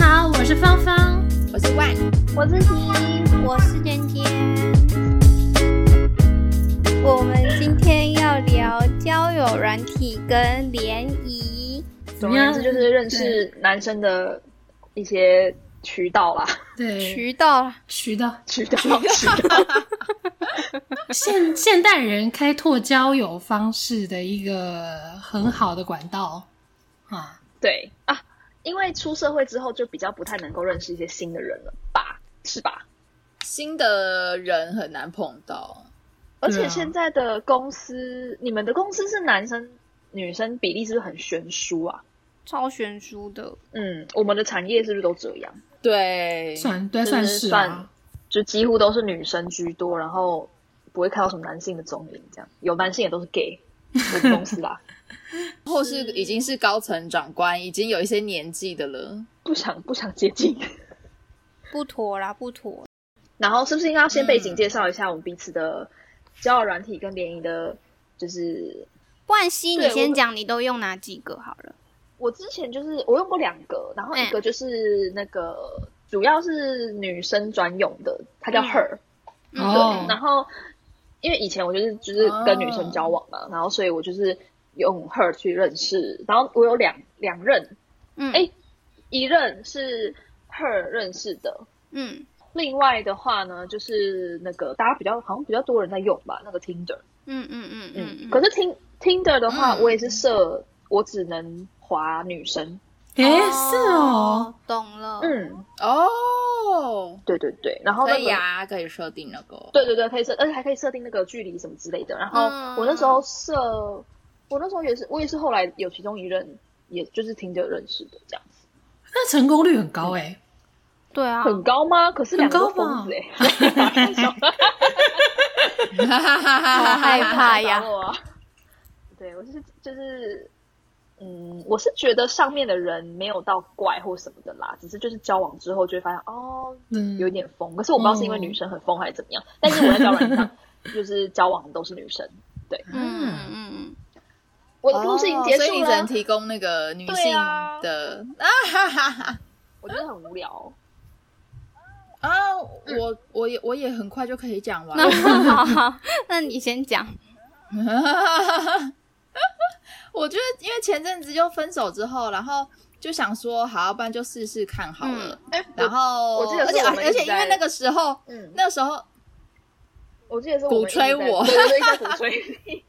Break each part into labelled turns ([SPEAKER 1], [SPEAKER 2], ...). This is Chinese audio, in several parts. [SPEAKER 1] 好，我是芳芳，
[SPEAKER 2] 我是万，
[SPEAKER 3] 我是皮，
[SPEAKER 4] 我是天天。
[SPEAKER 3] 我们今天要聊交友软体跟联谊。
[SPEAKER 1] 怎
[SPEAKER 2] 总
[SPEAKER 1] 么
[SPEAKER 2] 而
[SPEAKER 1] 样
[SPEAKER 2] 言之就是认识男生的一些渠道啦，
[SPEAKER 1] 对，
[SPEAKER 3] 渠道
[SPEAKER 1] 渠道，
[SPEAKER 2] 渠道，渠道。
[SPEAKER 1] 现现代人开拓交友方式的一个很好的管道啊，
[SPEAKER 2] 对啊，因为出社会之后就比较不太能够认识一些新的人了吧，是吧？
[SPEAKER 4] 新的人很难碰到，
[SPEAKER 2] 而
[SPEAKER 1] 对
[SPEAKER 2] 且
[SPEAKER 1] 啊
[SPEAKER 2] 现在的公司，你们的公司是男生女生比例是不是很悬殊啊？
[SPEAKER 3] 超悬殊的，
[SPEAKER 2] 嗯，我们的产业是不是都这样？
[SPEAKER 4] 对，
[SPEAKER 1] 算对
[SPEAKER 2] 就是
[SPEAKER 1] 算是啊
[SPEAKER 2] 算，就几乎都是女生居多，然后不会看到什么男性的踪影，这样有男性也都是 gay，我们公司 啦，
[SPEAKER 4] 或是已经是高层长官，已经有一些年纪的了。
[SPEAKER 2] 不想不想接近。
[SPEAKER 3] 不妥啦，不妥。
[SPEAKER 2] 然后是不是应该要先
[SPEAKER 3] 嗯
[SPEAKER 2] 背景介绍一下我们彼此的交友软体跟联谊的，就是
[SPEAKER 3] 冠希，你
[SPEAKER 2] 对
[SPEAKER 3] 先
[SPEAKER 2] 我
[SPEAKER 3] 讲你都用哪几个好了。
[SPEAKER 2] 我之前就是我用过两个，然后一个就是那个、主要是女生专用的，它叫
[SPEAKER 3] 嗯
[SPEAKER 2] Her，、
[SPEAKER 3] 嗯
[SPEAKER 1] 哦
[SPEAKER 2] 对，然后因为以前我就是就是跟女生交往嘛，
[SPEAKER 3] 嗯
[SPEAKER 2] 然后所以我就是用 Her 去认识，然后我有两两任，
[SPEAKER 3] 嗯，
[SPEAKER 2] 哎一任是 Her 认识的，
[SPEAKER 3] 嗯
[SPEAKER 2] 另外的话呢就是那个大家比较好像比较多人在用吧，那个 Tinder，
[SPEAKER 3] 嗯嗯嗯嗯嗯，
[SPEAKER 2] 可是 Tin Tinder 的话，
[SPEAKER 4] 嗯
[SPEAKER 2] 我也是设我只能滑女生，
[SPEAKER 1] 诶，是哦，，
[SPEAKER 3] 懂了。
[SPEAKER 2] 嗯，
[SPEAKER 4] 哦，
[SPEAKER 2] 对对对，然后那
[SPEAKER 4] 可
[SPEAKER 2] 个
[SPEAKER 4] 以啊，可以设定那 个。
[SPEAKER 2] 对对对，可以设，而且还可以设定那个距离什么之类的。然后
[SPEAKER 3] 嗯
[SPEAKER 2] 我那时候设，我那时候也是，我也是后来有其中一任，也就是听着认识的这样，
[SPEAKER 1] 那成功率很高诶。
[SPEAKER 3] 对啊，
[SPEAKER 2] 很高吗？可是两个都
[SPEAKER 1] 很高吧
[SPEAKER 2] 疯子哎、欸，
[SPEAKER 3] 好害 怕
[SPEAKER 2] 打
[SPEAKER 3] 哎呀。
[SPEAKER 2] 我啊！ 对，我就是就是，嗯，我是觉得上面的人没有到怪或什么的啦，只是就是交往之后就会发现哦，
[SPEAKER 1] 嗯，
[SPEAKER 2] 有点疯。可是我不知道是因
[SPEAKER 4] 哦
[SPEAKER 2] 为女生很疯还是怎么样，但是我在交友软 件上就是交往的都是女生。
[SPEAKER 3] 嗯嗯嗯嗯，
[SPEAKER 2] 我的故事已经结
[SPEAKER 4] 哦所以
[SPEAKER 2] 束
[SPEAKER 4] 你只能
[SPEAKER 2] 了，啊
[SPEAKER 4] 提供那个女
[SPEAKER 2] 对
[SPEAKER 4] 性
[SPEAKER 2] 啊
[SPEAKER 4] 的啊哈哈哈
[SPEAKER 2] 我觉得很无聊哦、
[SPEAKER 4] 啊！
[SPEAKER 2] 嗯
[SPEAKER 4] 我我也我也很快就可以讲完了。
[SPEAKER 3] 那好好，那你先讲。
[SPEAKER 4] 我觉得，因为前阵子就分手之后，然后就想说，好，不然就试试看好了。
[SPEAKER 2] 哎，
[SPEAKER 4] 然后，
[SPEAKER 2] 我记得
[SPEAKER 4] 而
[SPEAKER 2] 是
[SPEAKER 4] 且
[SPEAKER 2] 我们
[SPEAKER 4] 而
[SPEAKER 2] 一
[SPEAKER 4] 且
[SPEAKER 2] 直
[SPEAKER 4] 因
[SPEAKER 2] 在
[SPEAKER 4] 为那个时候，
[SPEAKER 2] 嗯，
[SPEAKER 4] 那时候
[SPEAKER 2] 我记得是
[SPEAKER 4] 鼓吹我
[SPEAKER 2] 对对对，在鼓吹你。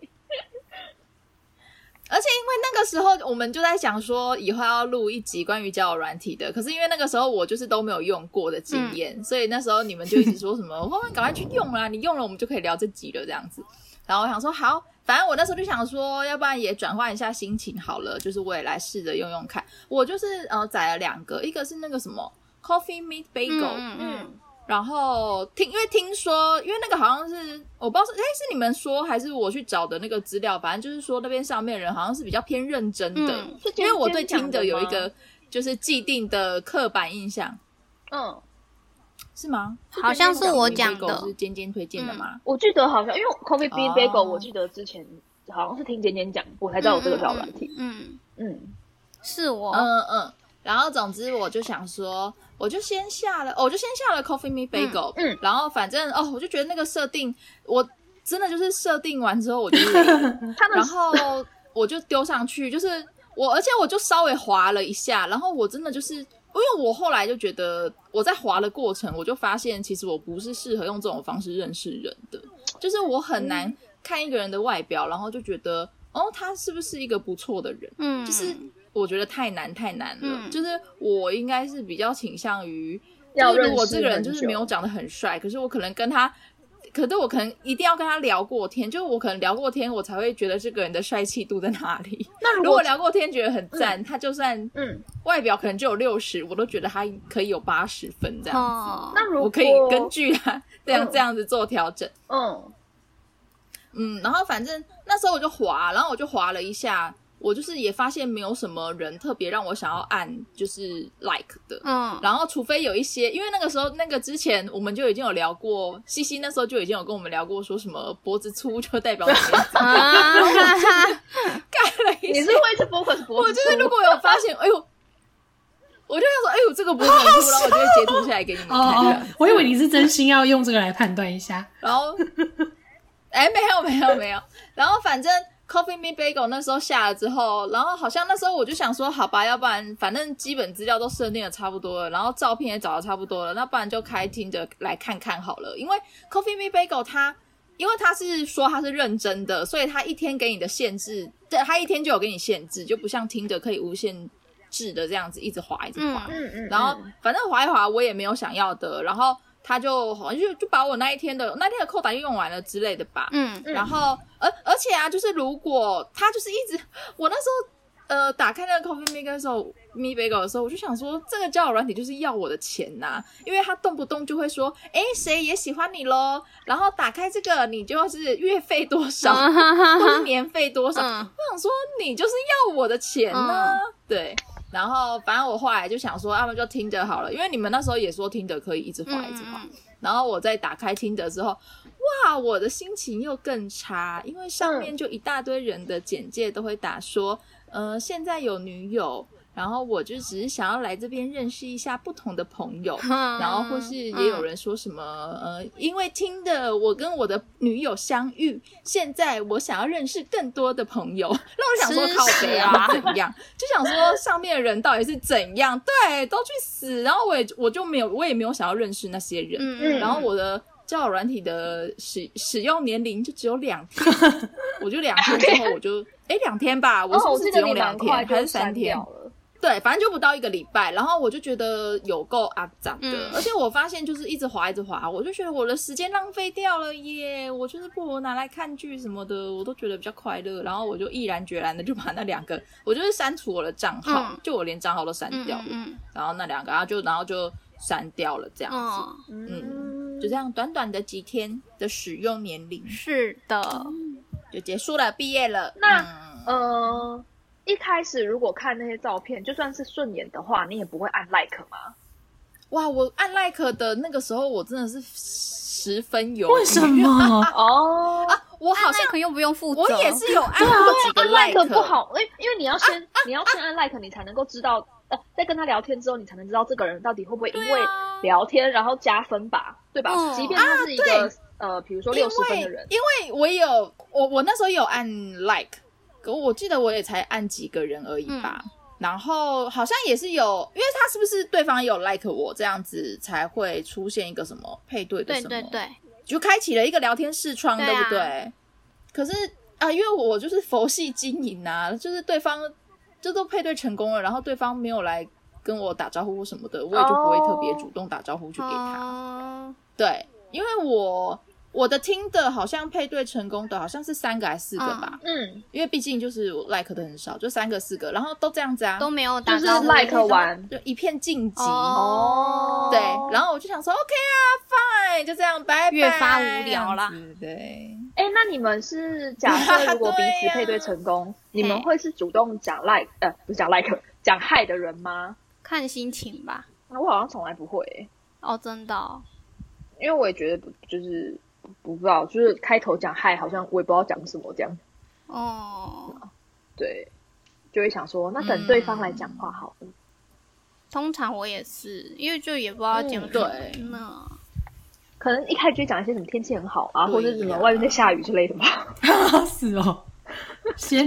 [SPEAKER 4] 而且因为那个时候我们就在想说，以后要录一集关于交友软体的。可是因为那个时候我就是都没有用过的经验，所以那时候你嗯们就一直说 什么“欢欢赶快去用啦，你用了我们就可以聊这集了”这样子。然后我想说好，反正我那时候就想说，要不然也转换一下心情好了，就是我也来试着用用看。我就是呃载了两个，一个是那个什么 Coffee Meet Bagel，、
[SPEAKER 3] 嗯嗯
[SPEAKER 4] 然后听，因为听说，因为那个好像是我不知道是哎是你们说还是我去找的那个资料，反正就是说那边上面的人好像是比较偏认真的，
[SPEAKER 3] 嗯
[SPEAKER 2] 是
[SPEAKER 4] 因为我对
[SPEAKER 2] 今
[SPEAKER 4] 听
[SPEAKER 2] 天讲
[SPEAKER 4] 的有一
[SPEAKER 2] 吗
[SPEAKER 4] 个就是既定的刻板印象，
[SPEAKER 2] 嗯，
[SPEAKER 4] 是吗？
[SPEAKER 3] 好像是我讲的
[SPEAKER 4] 是尖尖推荐的吗？
[SPEAKER 2] 我记得好像因为 Coffee Bean Bagel，、
[SPEAKER 4] 哦
[SPEAKER 2] 我记得之前好像是听简简讲，我才知道有这个小软体。
[SPEAKER 3] 嗯，嗯
[SPEAKER 2] 嗯，
[SPEAKER 3] 是我。
[SPEAKER 4] 嗯嗯。然后总之我就想说，我就先下了，哦我就先下了 Coffee Me Bagel，
[SPEAKER 2] 嗯嗯
[SPEAKER 4] 然后反正哦，我就觉得那个设定，我真的就是设定完之后我就累了。
[SPEAKER 2] 他们
[SPEAKER 4] 然后我就丢上去，就是我，而且我就稍微滑了一下，然后我真的就是，因为我后来就觉得我在滑的过程，我就发现其实我不是适合用这种方式认识人的，就是我很
[SPEAKER 2] 嗯
[SPEAKER 4] 难看一个人的外表，然后就觉得哦，他是不是一个不错的人，
[SPEAKER 3] 嗯，
[SPEAKER 4] 就是我觉得太难太难了，
[SPEAKER 3] 嗯
[SPEAKER 4] 就是我应该是比较倾向于，
[SPEAKER 2] 要
[SPEAKER 4] 就是
[SPEAKER 2] 认
[SPEAKER 4] 如果
[SPEAKER 2] 识
[SPEAKER 4] 这个人
[SPEAKER 2] 很
[SPEAKER 4] 就是
[SPEAKER 2] 久
[SPEAKER 4] 没有长得很帅，可是我可能跟他。可是我可能一定要跟他聊过天，就是我可能聊过天，我才会觉得这个人的帅气度在哪里。
[SPEAKER 2] 那
[SPEAKER 4] 如果聊过天觉得很赞，他就算
[SPEAKER 2] 嗯，
[SPEAKER 4] 外表可能只有六十，我都觉得他可以有八十分这样。
[SPEAKER 3] 哦，
[SPEAKER 2] 那如果
[SPEAKER 4] 我可以根据他这样、
[SPEAKER 2] 嗯
[SPEAKER 4] 这样子做调整。
[SPEAKER 2] 嗯
[SPEAKER 4] 嗯，然后反正那时候我就滑，然后我就滑了一下，我就是也发现没有什么人特别让我想要按就是 like 的。
[SPEAKER 3] 嗯
[SPEAKER 4] 然后，除非有一些，因为那个时候，那个之前我们就已经有聊过，西西那时候就已经有跟我们聊过，说什么脖子粗就代表你
[SPEAKER 3] 啊，哈哈
[SPEAKER 4] 盖了一
[SPEAKER 2] 你
[SPEAKER 4] 些
[SPEAKER 2] 是会一直 focus 脖
[SPEAKER 4] 我
[SPEAKER 2] 子
[SPEAKER 4] 就是
[SPEAKER 2] 粗
[SPEAKER 4] 如果有发现，哎呦，我就想说，哎呦，这个不是很酷，然后我就会截图下来给你们
[SPEAKER 1] 哦
[SPEAKER 4] 看。
[SPEAKER 1] 哦，我以为你是真心要用这个来判断一下。
[SPEAKER 4] 然后，哎，没有没有没有，然后反正 Coffee Me Bagel 那时候下了之后，然后好像那时候我就想说，好吧，要不然反正基本资料都设定的差不多了，然后照片也找的差不多了，那不然就开听着来看看好了，因为 Coffee Me Bagel 它。因为他是说他是认真的，所以他一天给你的限制，对他一天就有给你限制，就不像听着可以无限制的这样子一直滑一直滑。
[SPEAKER 3] 嗯，
[SPEAKER 2] 嗯嗯
[SPEAKER 4] 然后反正划一划，我也没有想要的，然后他就好像就就把我那一天的那天的扣打就用完了之类的吧。
[SPEAKER 3] 嗯
[SPEAKER 4] 然后而而且啊，就是如果他就是一直我那时候。呃，打开那个 Coffee Maker 的时候，Mi Bagel 的时候，我就想说，这个交友软体就是要我的钱呐、因为他动不动就会说，哎，谁也喜欢你喽，然后打开这个，你就是月费多少，
[SPEAKER 3] 啊哈哈
[SPEAKER 4] 或
[SPEAKER 3] 哈
[SPEAKER 4] 是年费多少，
[SPEAKER 3] 嗯
[SPEAKER 4] 我想说你就是要我的钱呢、对。然后反正我后来就想说，要、啊么就听着好了，因为你们那时候也说听着可以一直滑一直滑。
[SPEAKER 3] 嗯
[SPEAKER 4] 然后我再打开听着之后，哇，我的心情又更差，因为上面就一大堆人的简介都会打说，呃，现在有女友。然后我就只是想要来这边认识一下不同的朋友，
[SPEAKER 3] 嗯
[SPEAKER 4] 然后或是也有人说什么、呃，因为听的我跟我的女友相遇，现在我想要认识更多的朋友，那我想说
[SPEAKER 3] 吃
[SPEAKER 4] 靠
[SPEAKER 3] 屎
[SPEAKER 4] 北
[SPEAKER 3] 啊
[SPEAKER 4] 啊怎样，就想说上面的人到底是怎样，对，都去死。然后我也我就没有我也没有想要认识那些人，
[SPEAKER 3] 嗯
[SPEAKER 4] 然后我的交友软体的使使用年龄就只有两天， 我就两天之后我就哎两天吧，我
[SPEAKER 2] 哦
[SPEAKER 4] 是不
[SPEAKER 2] 我
[SPEAKER 4] 是
[SPEAKER 2] 记
[SPEAKER 4] 只
[SPEAKER 2] 得
[SPEAKER 4] 用
[SPEAKER 2] 你
[SPEAKER 4] 两
[SPEAKER 2] 蛮
[SPEAKER 4] 天
[SPEAKER 2] 快
[SPEAKER 4] 还
[SPEAKER 2] 就是
[SPEAKER 4] 三
[SPEAKER 2] 删
[SPEAKER 4] 天
[SPEAKER 2] 掉？了，
[SPEAKER 4] 对，反正就不到一个礼拜，然后我就觉得有够肮脏的，
[SPEAKER 3] 嗯
[SPEAKER 4] 而且我发现就是一直滑一直滑，我就觉得我的时间浪费掉了耶，我就是不如拿来看剧什么的，我都觉得比较快乐，然后我就毅然决然的就把那两个，我就是删除我的账号，
[SPEAKER 3] 嗯
[SPEAKER 4] 就我连账号都删
[SPEAKER 3] 嗯
[SPEAKER 4] 掉了，
[SPEAKER 3] 嗯
[SPEAKER 4] 然后那两个，然后啊就然后就删掉了这样
[SPEAKER 3] 嗯，
[SPEAKER 4] 子，
[SPEAKER 3] 哦，
[SPEAKER 2] 嗯
[SPEAKER 4] 就这样短短的几天的使用年龄
[SPEAKER 3] 是的，
[SPEAKER 4] 就结束了，毕业了，
[SPEAKER 2] 那
[SPEAKER 4] 嗯
[SPEAKER 2] 呃，一开始如果看那些照片，就算是顺眼的话，你也不会按 like 吗？
[SPEAKER 4] 哇，我按 like 的那个时候，我真的是十分犹豫。
[SPEAKER 1] 为什？ 么？
[SPEAKER 2] 哦，
[SPEAKER 4] 我好像
[SPEAKER 3] 那可用不用负责？
[SPEAKER 4] 我也是 有按过几个
[SPEAKER 2] 啊 按 like 不
[SPEAKER 4] like，啊
[SPEAKER 2] 好，因为因为你要先、你要先按 like，你才能够知道，呃，在跟他聊天之后，你才能知道这个人到底会不会因为
[SPEAKER 4] 对啊
[SPEAKER 2] 聊天然后加分吧，对吧？
[SPEAKER 3] 嗯
[SPEAKER 2] 即便他是一
[SPEAKER 4] 啊
[SPEAKER 2] 个、呃，比如说
[SPEAKER 4] 因
[SPEAKER 2] 六十分的
[SPEAKER 4] 为
[SPEAKER 2] 人，
[SPEAKER 4] 因为我有我我那时候有按 like，可我记得我也才按几个人而已吧。
[SPEAKER 3] 嗯
[SPEAKER 4] 然后好像也是有，因为他是不是对方有 like 我这样子才会出现一个什么配对的
[SPEAKER 3] 对
[SPEAKER 4] 什么？
[SPEAKER 3] 对对，
[SPEAKER 4] 就开启了一个聊天视窗，
[SPEAKER 3] 对
[SPEAKER 4] 对
[SPEAKER 3] 啊
[SPEAKER 4] 不对？可是啊，因为我就是佛系经营啊，就是对方就都配对成功了，然后对方没有来跟我打招呼或什么的，我也就不会特别主动打招呼去给他。
[SPEAKER 3] 哦，
[SPEAKER 4] 对，因为我我的听的好像配对成功的好像是三个还是四个吧，
[SPEAKER 2] 嗯，
[SPEAKER 4] 因为毕竟就是我 like 的很少，就三个四个，然后都这样子啊，
[SPEAKER 3] 都没有
[SPEAKER 2] 就
[SPEAKER 3] 打
[SPEAKER 2] 是
[SPEAKER 3] 招呼。
[SPEAKER 2] like 完，
[SPEAKER 4] 就一片静寂。
[SPEAKER 3] 哦，
[SPEAKER 4] 对，然后我就想说，OK 啊，fine，就这样，拜拜。
[SPEAKER 3] 越发无聊啦
[SPEAKER 4] 这样子， 对。
[SPEAKER 2] 哎、那你们是假 设如果彼此配对成
[SPEAKER 4] 啊
[SPEAKER 2] 功，你们会是主动讲 like 呃，不是讲 like，讲 hi 的人吗？
[SPEAKER 3] 看心情吧。
[SPEAKER 2] 啊我好像从来不会、
[SPEAKER 3] 哦，真的哦，
[SPEAKER 2] 因为我也觉得不就是不不知道，就是开头讲嗨，好像我也不知道讲什么这样，
[SPEAKER 3] 哦，
[SPEAKER 2] 对，就会想说那等对方来讲话好了。
[SPEAKER 3] 通常我也是，因为就也不知道讲
[SPEAKER 2] 嗯
[SPEAKER 3] 什么
[SPEAKER 4] 对
[SPEAKER 3] 呢。
[SPEAKER 2] 可能一开始就讲一些什么天气很好啊，
[SPEAKER 4] 对呀
[SPEAKER 2] 或者什么外面在下雨之类的吧。
[SPEAKER 1] 是哦，先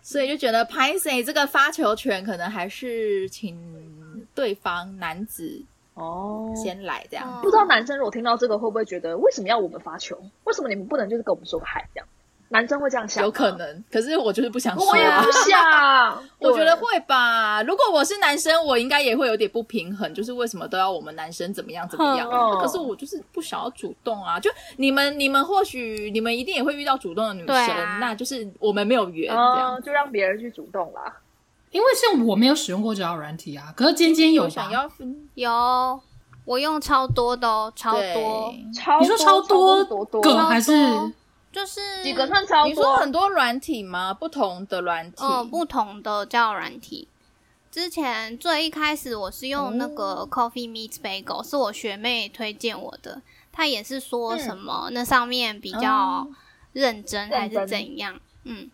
[SPEAKER 4] 所以就觉得 p a i s e 这个发球权可能还是请对方男子
[SPEAKER 2] 哦
[SPEAKER 4] 先来这
[SPEAKER 3] 嗯
[SPEAKER 4] 样。
[SPEAKER 2] 不知道男生如果听到这个会不会觉得为什么要我们发球？为什么你们不能就是跟我们说个嗨这样？男生会这样想吗，
[SPEAKER 4] 有可能，可是我就是不想说
[SPEAKER 2] 我也
[SPEAKER 4] 啊。
[SPEAKER 2] 不想
[SPEAKER 4] 。我觉得会吧。如果我是男生，我应该也会有点不平衡，就是为什么都要我们男生怎么样怎么样？
[SPEAKER 3] 哦
[SPEAKER 2] 哼
[SPEAKER 4] 可是我就是不想要主动啊。就你们，你们或许你们一定也会遇到主动的女生，
[SPEAKER 3] 对啊
[SPEAKER 4] 那就是我们没有缘这样。
[SPEAKER 2] 嗯，就让别人去主动啦。
[SPEAKER 1] 因为像我没有使用过交友软体啊，可是尖尖有
[SPEAKER 4] 我想
[SPEAKER 1] 吧？
[SPEAKER 4] 要分
[SPEAKER 3] 有，我用超多的哦，超多，
[SPEAKER 4] 对
[SPEAKER 2] 超
[SPEAKER 1] 你说超
[SPEAKER 2] 多
[SPEAKER 1] 多
[SPEAKER 2] 多
[SPEAKER 1] 个
[SPEAKER 3] 超
[SPEAKER 1] 还是
[SPEAKER 3] 多就是
[SPEAKER 2] 几个算超多？
[SPEAKER 4] 你说很多软体吗？不同的软体，
[SPEAKER 3] 嗯不同的交友软体。之前最一开始我是用那
[SPEAKER 4] 哦
[SPEAKER 3] 个 Coffee Meets Bagel，、是我学妹推荐我的，她也是说什
[SPEAKER 4] 嗯
[SPEAKER 3] 么、那上面比
[SPEAKER 4] 哦
[SPEAKER 3] 较认真还是怎样，嗯，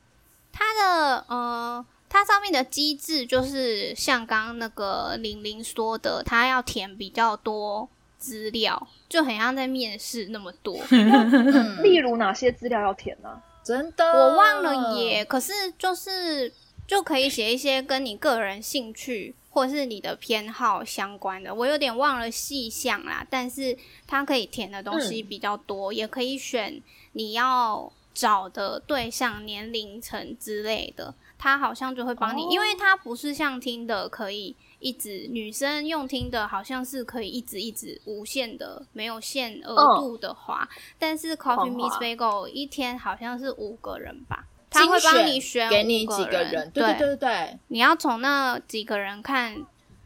[SPEAKER 3] 她的呃，她它上面的机制就是像刚刚那个玲玲说的，它要填比较多资料，就很像在面试那么多。
[SPEAKER 4] 嗯
[SPEAKER 2] 例如哪些资料要填呢、
[SPEAKER 4] 真的，
[SPEAKER 3] 我忘了耶，可是就是就可以写一些跟你个人兴趣或是你的偏好相关的。我有点忘了细项啦，但是它可以填的东西比较多，也可以选你要找的对象、年龄层之类的。它好像就会帮你，
[SPEAKER 2] 哦
[SPEAKER 3] 因为它不是像听的可以一直女生用听的，好像是可以一直一直无限的没有限额
[SPEAKER 2] 嗯
[SPEAKER 3] 度的话，但是 Coffee
[SPEAKER 2] 狂
[SPEAKER 3] Miss
[SPEAKER 2] 滑
[SPEAKER 3] Bagel 一天好像是五个人吧，他
[SPEAKER 4] 精
[SPEAKER 3] 会帮你
[SPEAKER 4] 选
[SPEAKER 3] 选
[SPEAKER 4] 给你
[SPEAKER 3] 五
[SPEAKER 4] 几
[SPEAKER 3] 个
[SPEAKER 4] 人，对
[SPEAKER 3] 对
[SPEAKER 4] 对对对对。
[SPEAKER 3] 你要从那几个人看，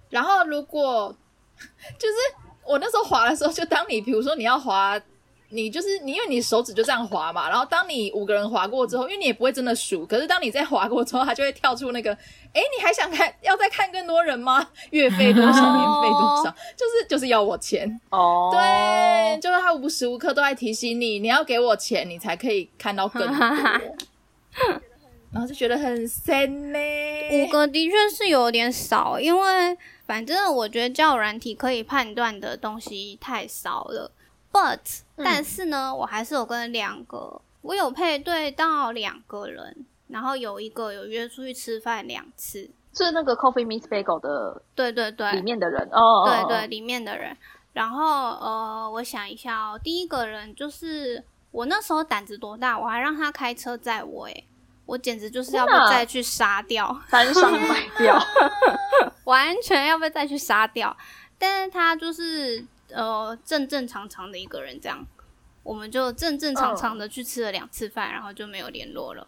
[SPEAKER 4] 然后如果 就是我那时候滑的时候，就当你比如说你要滑，你就是你因为你手指就这样滑嘛，然后当你五个人滑过之后，因为你也不会真的数，可是当你在滑过之后，它就会跳出那个， 哎，你还想看要再看更多人吗？ 月费多少，年费多少，就是 就是要我钱，
[SPEAKER 2] 哦
[SPEAKER 4] 对，，就是它无时无刻都在提醒你，你要给我钱，你才可以看到更多。然后就觉得很 sad 呢，
[SPEAKER 3] 五个的确是有点少，因为反正我觉得交友软体可以判断的东西太少了。But，、但
[SPEAKER 4] 嗯
[SPEAKER 3] 是呢，我还是有跟两个，我有配对到两个人，然后有一个有约出去吃饭两次。
[SPEAKER 2] 是那个 Coffee Meets Bagel 的
[SPEAKER 3] 对对对，
[SPEAKER 2] 里面的人哦，
[SPEAKER 3] 对
[SPEAKER 2] 哦
[SPEAKER 3] 对，，里面的人。然后呃，我想一下哦，第一个人就是我那时候胆子多大，我还让他开车载我、欸，我简直就是要被
[SPEAKER 2] 天哪
[SPEAKER 3] 再去杀掉，
[SPEAKER 2] 单上买掉，
[SPEAKER 3] 完全要被再去杀掉。但是他就是呃正正常常的一个人，这样我们就正正常常
[SPEAKER 2] 嗯
[SPEAKER 3] 的去吃了两次饭，然后就没有联络了。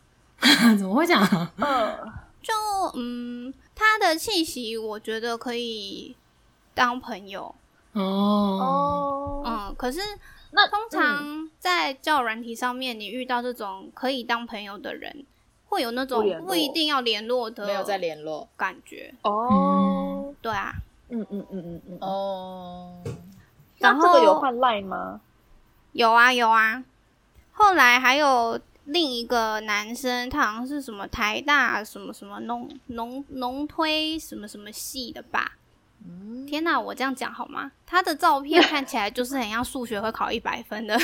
[SPEAKER 1] 怎么会这样？啊
[SPEAKER 2] 嗯，
[SPEAKER 3] 就嗯，他的气息我觉得可以当朋友，
[SPEAKER 1] 哦，
[SPEAKER 2] 哦，
[SPEAKER 3] 嗯，可是
[SPEAKER 2] 那
[SPEAKER 3] 通常在交友软体上面，你遇到这种可以当朋友的人，会有那
[SPEAKER 2] 不联
[SPEAKER 3] 种
[SPEAKER 2] 络
[SPEAKER 3] 不一定要联络的
[SPEAKER 4] 没有再联络
[SPEAKER 3] 感觉。
[SPEAKER 2] 哦，
[SPEAKER 3] 对啊，
[SPEAKER 2] 嗯嗯嗯嗯嗯，哦，
[SPEAKER 4] 哦。
[SPEAKER 2] 那
[SPEAKER 3] 然
[SPEAKER 2] 这
[SPEAKER 3] 后
[SPEAKER 2] 个有换 Line 吗？
[SPEAKER 3] 有啊有啊。后来还有另一个男生，他好像是什么台大什么什么农农农推什么什么系的吧？
[SPEAKER 4] 嗯，
[SPEAKER 3] 天哪、我这样讲好吗？他的照片看起来就是很像数学会考一百分 的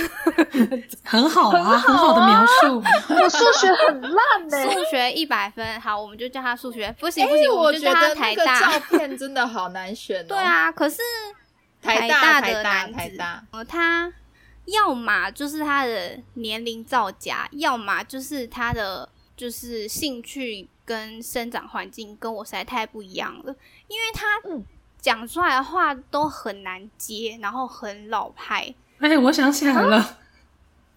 [SPEAKER 1] 很好啊，很好的描述。
[SPEAKER 2] 我数学很烂 呢，
[SPEAKER 3] 数学一百分。好，我们就叫他数学，不行
[SPEAKER 4] 哎、
[SPEAKER 3] 不行，
[SPEAKER 4] 我
[SPEAKER 3] 们就
[SPEAKER 4] 觉
[SPEAKER 3] 叫他
[SPEAKER 4] 得
[SPEAKER 3] 台
[SPEAKER 4] 那
[SPEAKER 3] 大。
[SPEAKER 4] 个照片真的好难选哦。
[SPEAKER 3] 对，啊，可是
[SPEAKER 4] 台
[SPEAKER 3] 大
[SPEAKER 4] 台
[SPEAKER 3] 的
[SPEAKER 4] 大
[SPEAKER 3] 男子，
[SPEAKER 4] 台大，
[SPEAKER 3] 呃，他要么就是他的年龄造假，要么就是他的就是兴趣跟生长环境跟我实在太不一样了，因为他
[SPEAKER 2] 嗯
[SPEAKER 3] 讲出来的话都很难接，然后很老派，
[SPEAKER 1] 哎，我想起来了，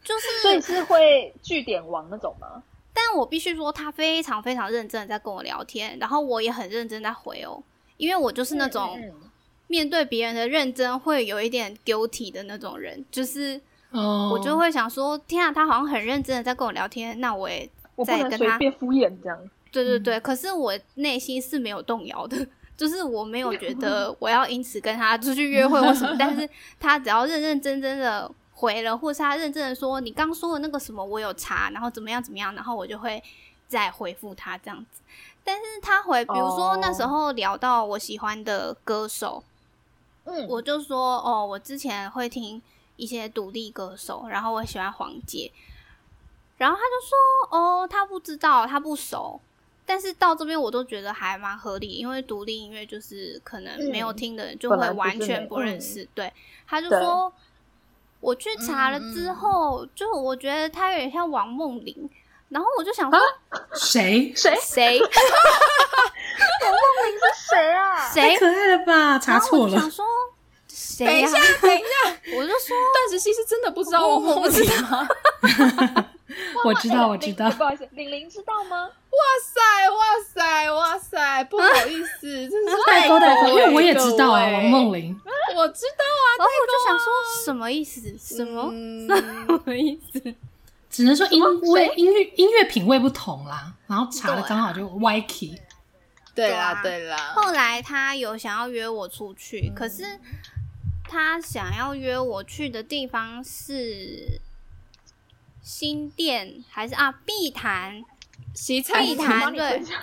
[SPEAKER 2] 所以是会据点王那种吗？
[SPEAKER 3] 但我必须说，他非常非常认真的在跟我聊天，然后我也很认真在回哦，因为我就是那种
[SPEAKER 2] 嗯嗯嗯
[SPEAKER 3] 面对别人的认真会有一点 guilty 的那种人，就是。
[SPEAKER 1] 哦，
[SPEAKER 3] 我就
[SPEAKER 2] 嗯
[SPEAKER 3] 会想说，天啊，他好像很认真的在跟我聊天，那我也
[SPEAKER 2] 嗯我不
[SPEAKER 3] 再
[SPEAKER 2] 能
[SPEAKER 3] 跟
[SPEAKER 2] 随
[SPEAKER 3] 他，
[SPEAKER 2] 便嗯敷衍这样，
[SPEAKER 3] 对对对，可是我内心是没有动摇的， 就是我没有 觉得我要因此跟他出去约会或什么，但是他只要认认真真的回了，或是他认真的说你刚说的那个什么我有查，然后怎么样怎么样，然后我就会再回复他这样子。但是他回，比如说
[SPEAKER 2] 哦
[SPEAKER 3] 那时候聊到我喜欢的歌手，
[SPEAKER 2] 嗯，
[SPEAKER 3] 我就说哦，我之前会听一些独立歌手，然后我喜欢黄杰，然后他就说哦，他不知道，他不熟。但是到这边我都觉得还蛮合理，因为独立音乐就是可能没有
[SPEAKER 2] 嗯
[SPEAKER 3] 听的人就
[SPEAKER 2] 本
[SPEAKER 3] 会
[SPEAKER 2] 来不
[SPEAKER 3] 完
[SPEAKER 2] 是
[SPEAKER 3] 全
[SPEAKER 2] 你
[SPEAKER 3] 不认
[SPEAKER 2] 嗯
[SPEAKER 3] 识。对，他就
[SPEAKER 2] 对
[SPEAKER 3] 说我去查了
[SPEAKER 4] 嗯嗯
[SPEAKER 3] 之
[SPEAKER 4] 嗯
[SPEAKER 3] 后，就我觉得他有点像王梦玲，然后我就
[SPEAKER 2] 啊
[SPEAKER 3] 想说
[SPEAKER 1] 谁？
[SPEAKER 2] 谁？
[SPEAKER 3] 谁
[SPEAKER 2] 你是谁啊？
[SPEAKER 3] 谁
[SPEAKER 1] 太，可爱了吧？查
[SPEAKER 3] 然后
[SPEAKER 1] 错
[SPEAKER 3] 我就想
[SPEAKER 1] 了，
[SPEAKER 3] 说
[SPEAKER 4] 等
[SPEAKER 3] 谁
[SPEAKER 4] 一
[SPEAKER 3] 呀、
[SPEAKER 4] 下，等一下，
[SPEAKER 3] 我就说
[SPEAKER 4] 段子熙是真的不知道我
[SPEAKER 3] 我
[SPEAKER 4] 我知道。哇
[SPEAKER 1] 我知
[SPEAKER 2] 哎
[SPEAKER 1] 道，我知
[SPEAKER 2] 玲
[SPEAKER 1] 道。
[SPEAKER 2] 不好意思，玲玲知道吗？
[SPEAKER 4] 塞，哇塞，哇塞，不好意思，真是
[SPEAKER 1] 代沟代沟，因为我也知道啊，
[SPEAKER 4] 各位
[SPEAKER 1] 王梦玲。
[SPEAKER 4] 我知道啊，
[SPEAKER 3] 然后哦我就想说什么意思？什么、
[SPEAKER 4] 嗯
[SPEAKER 3] 什么意思？
[SPEAKER 1] 只能说因为
[SPEAKER 2] 谁
[SPEAKER 1] 音乐音乐品味不同啦，然后查了刚好就歪 key，
[SPEAKER 4] 对
[SPEAKER 3] 对啊
[SPEAKER 4] 啦，对啦，
[SPEAKER 3] 后来他有想要约我出
[SPEAKER 4] 嗯
[SPEAKER 3] 去，可是他想要约我去的地方是新店还是啊碧潭？
[SPEAKER 4] 西餐
[SPEAKER 3] 碧
[SPEAKER 2] 我帮
[SPEAKER 3] 潭
[SPEAKER 2] 你
[SPEAKER 3] 对
[SPEAKER 2] 分享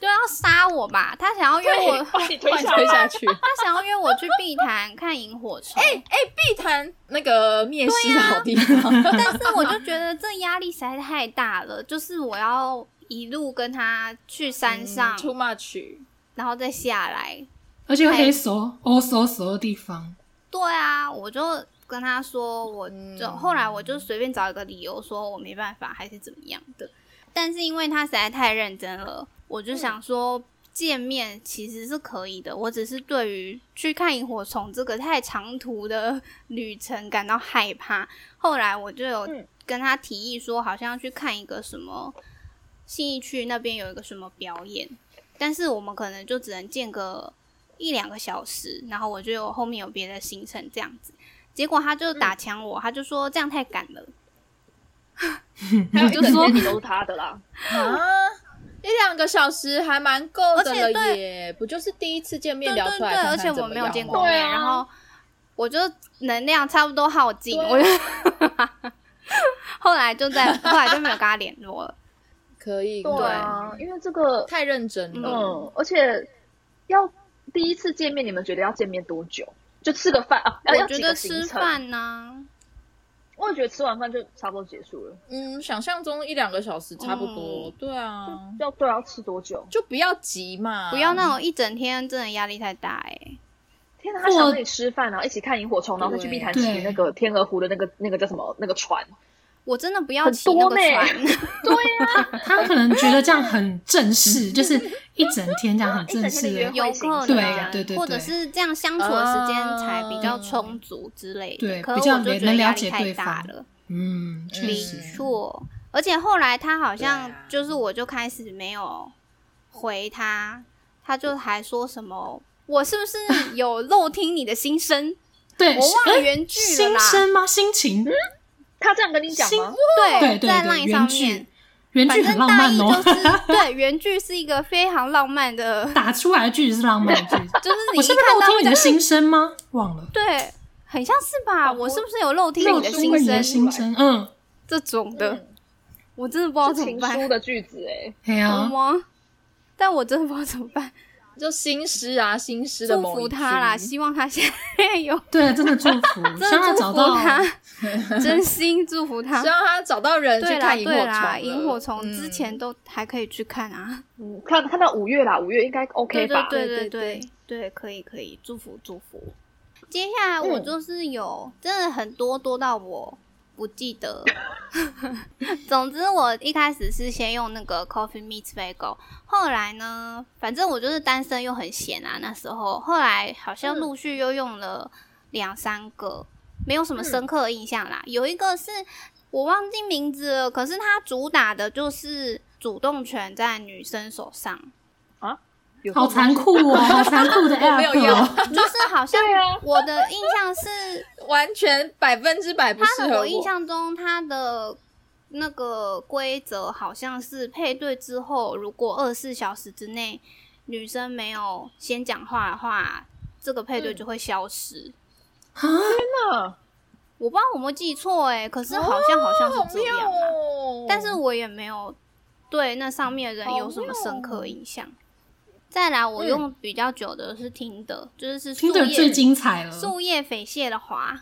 [SPEAKER 3] 对，要杀我吧？他想要约
[SPEAKER 2] 对
[SPEAKER 3] 哎我，
[SPEAKER 2] 把你推
[SPEAKER 4] 把你
[SPEAKER 2] 下
[SPEAKER 4] 推
[SPEAKER 2] 来。
[SPEAKER 4] 下去。
[SPEAKER 3] 他想要约我去碧潭看萤火虫。
[SPEAKER 4] 哎哎，碧潭那个灭尸的好地方，
[SPEAKER 3] 但是我就觉得这压力实在太大了，就是我要一路跟他去山上，
[SPEAKER 4] too much。
[SPEAKER 3] 然后再下来。
[SPEAKER 1] 而且又黑熟、欧熟熟的地方，
[SPEAKER 3] 对啊，我就跟他说，我就、
[SPEAKER 4] 嗯
[SPEAKER 3] 后来我就随便找一个理由说我没办法，还是怎么样的。但是因为他实在太认真了，我就想说见面其实是可以的，我只是对于去看萤火虫这个太长途的旅程感到害怕。后来我就有
[SPEAKER 2] 嗯
[SPEAKER 3] 跟他提议说，好像要去看一个什么信义区那边有一个什么表演，但是我们可能就只能见个一两个小时，然后我就有后面有别的行程这样子。结果他就打枪我，他就说这样太赶了。
[SPEAKER 2] 还有一
[SPEAKER 3] 就
[SPEAKER 2] 整
[SPEAKER 3] 说
[SPEAKER 2] 天你都是他的啦，
[SPEAKER 4] 啊，一两个小时还蛮够的
[SPEAKER 3] 而且
[SPEAKER 4] 了
[SPEAKER 3] 对
[SPEAKER 4] 耶，不就是第一次见面
[SPEAKER 3] 对
[SPEAKER 4] 聊
[SPEAKER 3] 对
[SPEAKER 4] 出来
[SPEAKER 3] 对，
[SPEAKER 4] 看
[SPEAKER 3] 而
[SPEAKER 4] 看
[SPEAKER 3] 且
[SPEAKER 4] 怎么样吗，
[SPEAKER 3] 我没有见过
[SPEAKER 2] 过
[SPEAKER 3] 面，
[SPEAKER 2] 对啊
[SPEAKER 3] 然后我就能量差不多耗尽，
[SPEAKER 4] 对啊
[SPEAKER 3] 我就 后来就在后来就没有跟他联络了。
[SPEAKER 4] 可以，
[SPEAKER 2] 对啊，因为这个，
[SPEAKER 4] 太认真了，
[SPEAKER 2] 嗯，而且要第一次见面，你们觉得要见面多久？就吃个饭啊？要
[SPEAKER 3] 我
[SPEAKER 2] 要
[SPEAKER 3] 觉
[SPEAKER 2] 几
[SPEAKER 3] 得
[SPEAKER 2] 个行
[SPEAKER 3] 吃
[SPEAKER 2] 程？
[SPEAKER 3] 饭啊呢、
[SPEAKER 2] 我也觉得吃完饭就差不多结束了。
[SPEAKER 4] 嗯，想象中一两个小时差不
[SPEAKER 3] 嗯
[SPEAKER 4] 多，对啊，
[SPEAKER 2] 要对啊，要吃多久？
[SPEAKER 4] 就不要急嘛，
[SPEAKER 3] 不要那种一整天真的压力太大哎、欸。
[SPEAKER 2] 天哪，他想跟你吃饭，然后一起看萤火虫，然后再去
[SPEAKER 4] 对
[SPEAKER 2] 碧潭骑那个天鹅湖的那个那个叫什么那个船？
[SPEAKER 3] 我真的不要
[SPEAKER 2] 很
[SPEAKER 3] 骑那
[SPEAKER 2] 多
[SPEAKER 3] 个
[SPEAKER 2] 呢
[SPEAKER 3] 船，
[SPEAKER 2] 对呀、
[SPEAKER 1] 他可能觉得这样很正 式，就是一整天这样很正式
[SPEAKER 2] 一整天的约
[SPEAKER 1] 的
[SPEAKER 2] 会，
[SPEAKER 3] 有可能
[SPEAKER 1] 对
[SPEAKER 3] 啊
[SPEAKER 1] 对对
[SPEAKER 3] 或者
[SPEAKER 1] 对
[SPEAKER 3] 是这样相处的时间才比较
[SPEAKER 4] 嗯
[SPEAKER 3] 充足之类的。
[SPEAKER 1] 对
[SPEAKER 3] 可
[SPEAKER 1] 比
[SPEAKER 3] 是
[SPEAKER 1] 较
[SPEAKER 3] 我就
[SPEAKER 1] 了
[SPEAKER 3] 觉得
[SPEAKER 1] 能
[SPEAKER 3] 压
[SPEAKER 1] 了
[SPEAKER 3] 力
[SPEAKER 1] 解
[SPEAKER 3] 太
[SPEAKER 1] 对
[SPEAKER 3] 大
[SPEAKER 1] 方
[SPEAKER 3] 了。
[SPEAKER 1] 嗯，确
[SPEAKER 3] 没
[SPEAKER 1] 实，
[SPEAKER 3] 错，而且后来他好像
[SPEAKER 4] 对啊
[SPEAKER 3] 就是我就开始没有回他，他就还说什么我是 不是有漏听你的心声？
[SPEAKER 1] 对，
[SPEAKER 3] 我忘了
[SPEAKER 1] 哎
[SPEAKER 3] 原句了
[SPEAKER 1] 心
[SPEAKER 3] 啦。
[SPEAKER 1] 声吗？心情？嗯
[SPEAKER 2] 他这样跟你讲
[SPEAKER 1] 心
[SPEAKER 2] 吗？
[SPEAKER 1] 对
[SPEAKER 3] 对，
[SPEAKER 1] 对
[SPEAKER 3] 在
[SPEAKER 1] 对
[SPEAKER 3] line
[SPEAKER 1] 原
[SPEAKER 3] 上
[SPEAKER 1] 句
[SPEAKER 3] 面，
[SPEAKER 1] 原
[SPEAKER 3] 反
[SPEAKER 1] 句很
[SPEAKER 3] 正
[SPEAKER 1] 浪
[SPEAKER 3] 大意
[SPEAKER 1] 漫
[SPEAKER 3] 就
[SPEAKER 1] 哦，
[SPEAKER 3] 是对原句是一个非常浪漫的，
[SPEAKER 1] 打出来的句子是浪漫 的句子。
[SPEAKER 3] 就是你
[SPEAKER 1] 我
[SPEAKER 3] 一
[SPEAKER 1] 是不是
[SPEAKER 3] 看
[SPEAKER 1] 漏
[SPEAKER 3] 到
[SPEAKER 1] 听你
[SPEAKER 3] 会
[SPEAKER 1] 的心声吗？忘了，
[SPEAKER 3] 对，很像是吧？
[SPEAKER 2] 仿佛
[SPEAKER 3] 我是不是有漏听
[SPEAKER 1] 漏
[SPEAKER 3] 你的
[SPEAKER 1] 听你的
[SPEAKER 3] 心声
[SPEAKER 1] 心声，嗯，
[SPEAKER 3] 这种的？
[SPEAKER 2] 嗯，
[SPEAKER 3] 我真的不知道
[SPEAKER 2] 是
[SPEAKER 3] 怎么
[SPEAKER 2] 情
[SPEAKER 3] 办
[SPEAKER 2] 书，的句子哎、
[SPEAKER 1] 对
[SPEAKER 3] 好
[SPEAKER 1] 呀，
[SPEAKER 3] 吗？但我真的不知道怎么办。
[SPEAKER 4] 就新诗啊，新诗的
[SPEAKER 3] 祝
[SPEAKER 4] 某一
[SPEAKER 3] 福
[SPEAKER 4] 句
[SPEAKER 3] 他啦，希望他现在有
[SPEAKER 1] 对，真的祝福，
[SPEAKER 3] 真
[SPEAKER 1] 希望
[SPEAKER 3] 的
[SPEAKER 1] 他
[SPEAKER 3] 祝
[SPEAKER 1] 找
[SPEAKER 3] 福
[SPEAKER 1] 到
[SPEAKER 3] 他，真心祝福他
[SPEAKER 4] 希。望他找到人去
[SPEAKER 3] 啊对啦
[SPEAKER 4] 看萤火虫
[SPEAKER 3] 对啦，
[SPEAKER 4] 了，
[SPEAKER 3] 萤火虫之
[SPEAKER 4] 嗯
[SPEAKER 3] 前都还可以去看啊。
[SPEAKER 2] 嗯，看看到五月啦，五月应该 OK
[SPEAKER 3] 对
[SPEAKER 2] 吧？
[SPEAKER 3] 对
[SPEAKER 4] 对
[SPEAKER 3] 对
[SPEAKER 4] 对
[SPEAKER 3] 对对，可以可以，祝福祝福。接下来我
[SPEAKER 2] 嗯
[SPEAKER 3] 就是有、真的很多多到我不记得。 总之，我一开始是先用那个 Coffee Meets Bagel，后来呢，反正我就是单身又很闲啊，那时候后来好像
[SPEAKER 2] 嗯
[SPEAKER 3] 陆续又用了两三个，没有什么深刻的印象啦。有一个是我忘记名字了，可是它主打的就是主动权在女生手上，
[SPEAKER 2] 有
[SPEAKER 1] 好残酷哦，好残酷 的
[SPEAKER 4] 没有
[SPEAKER 1] app
[SPEAKER 4] 用
[SPEAKER 1] 哦，
[SPEAKER 3] 就是好像
[SPEAKER 2] 对啊
[SPEAKER 3] 我的印象是
[SPEAKER 4] 完全百分之百不适
[SPEAKER 3] 它
[SPEAKER 4] 合
[SPEAKER 3] 的，我印象中它的那个规则好像是配对之后，如果二十四小时之内女生没有先讲话的话，这个配对就会消失。
[SPEAKER 1] 啊，
[SPEAKER 2] 呢，
[SPEAKER 3] 我不知道我有没有记错哎、可是好像好像
[SPEAKER 4] 好
[SPEAKER 3] 是这
[SPEAKER 4] 妙
[SPEAKER 3] 样、啊
[SPEAKER 4] 哦，
[SPEAKER 3] 但是我也没有对那上面的人有什么深刻印象。再来，我用比较久的是听的，就是是
[SPEAKER 1] 听
[SPEAKER 3] 树
[SPEAKER 1] 着最
[SPEAKER 3] 叶
[SPEAKER 1] 精彩了。
[SPEAKER 3] 树叶匪蟹的滑，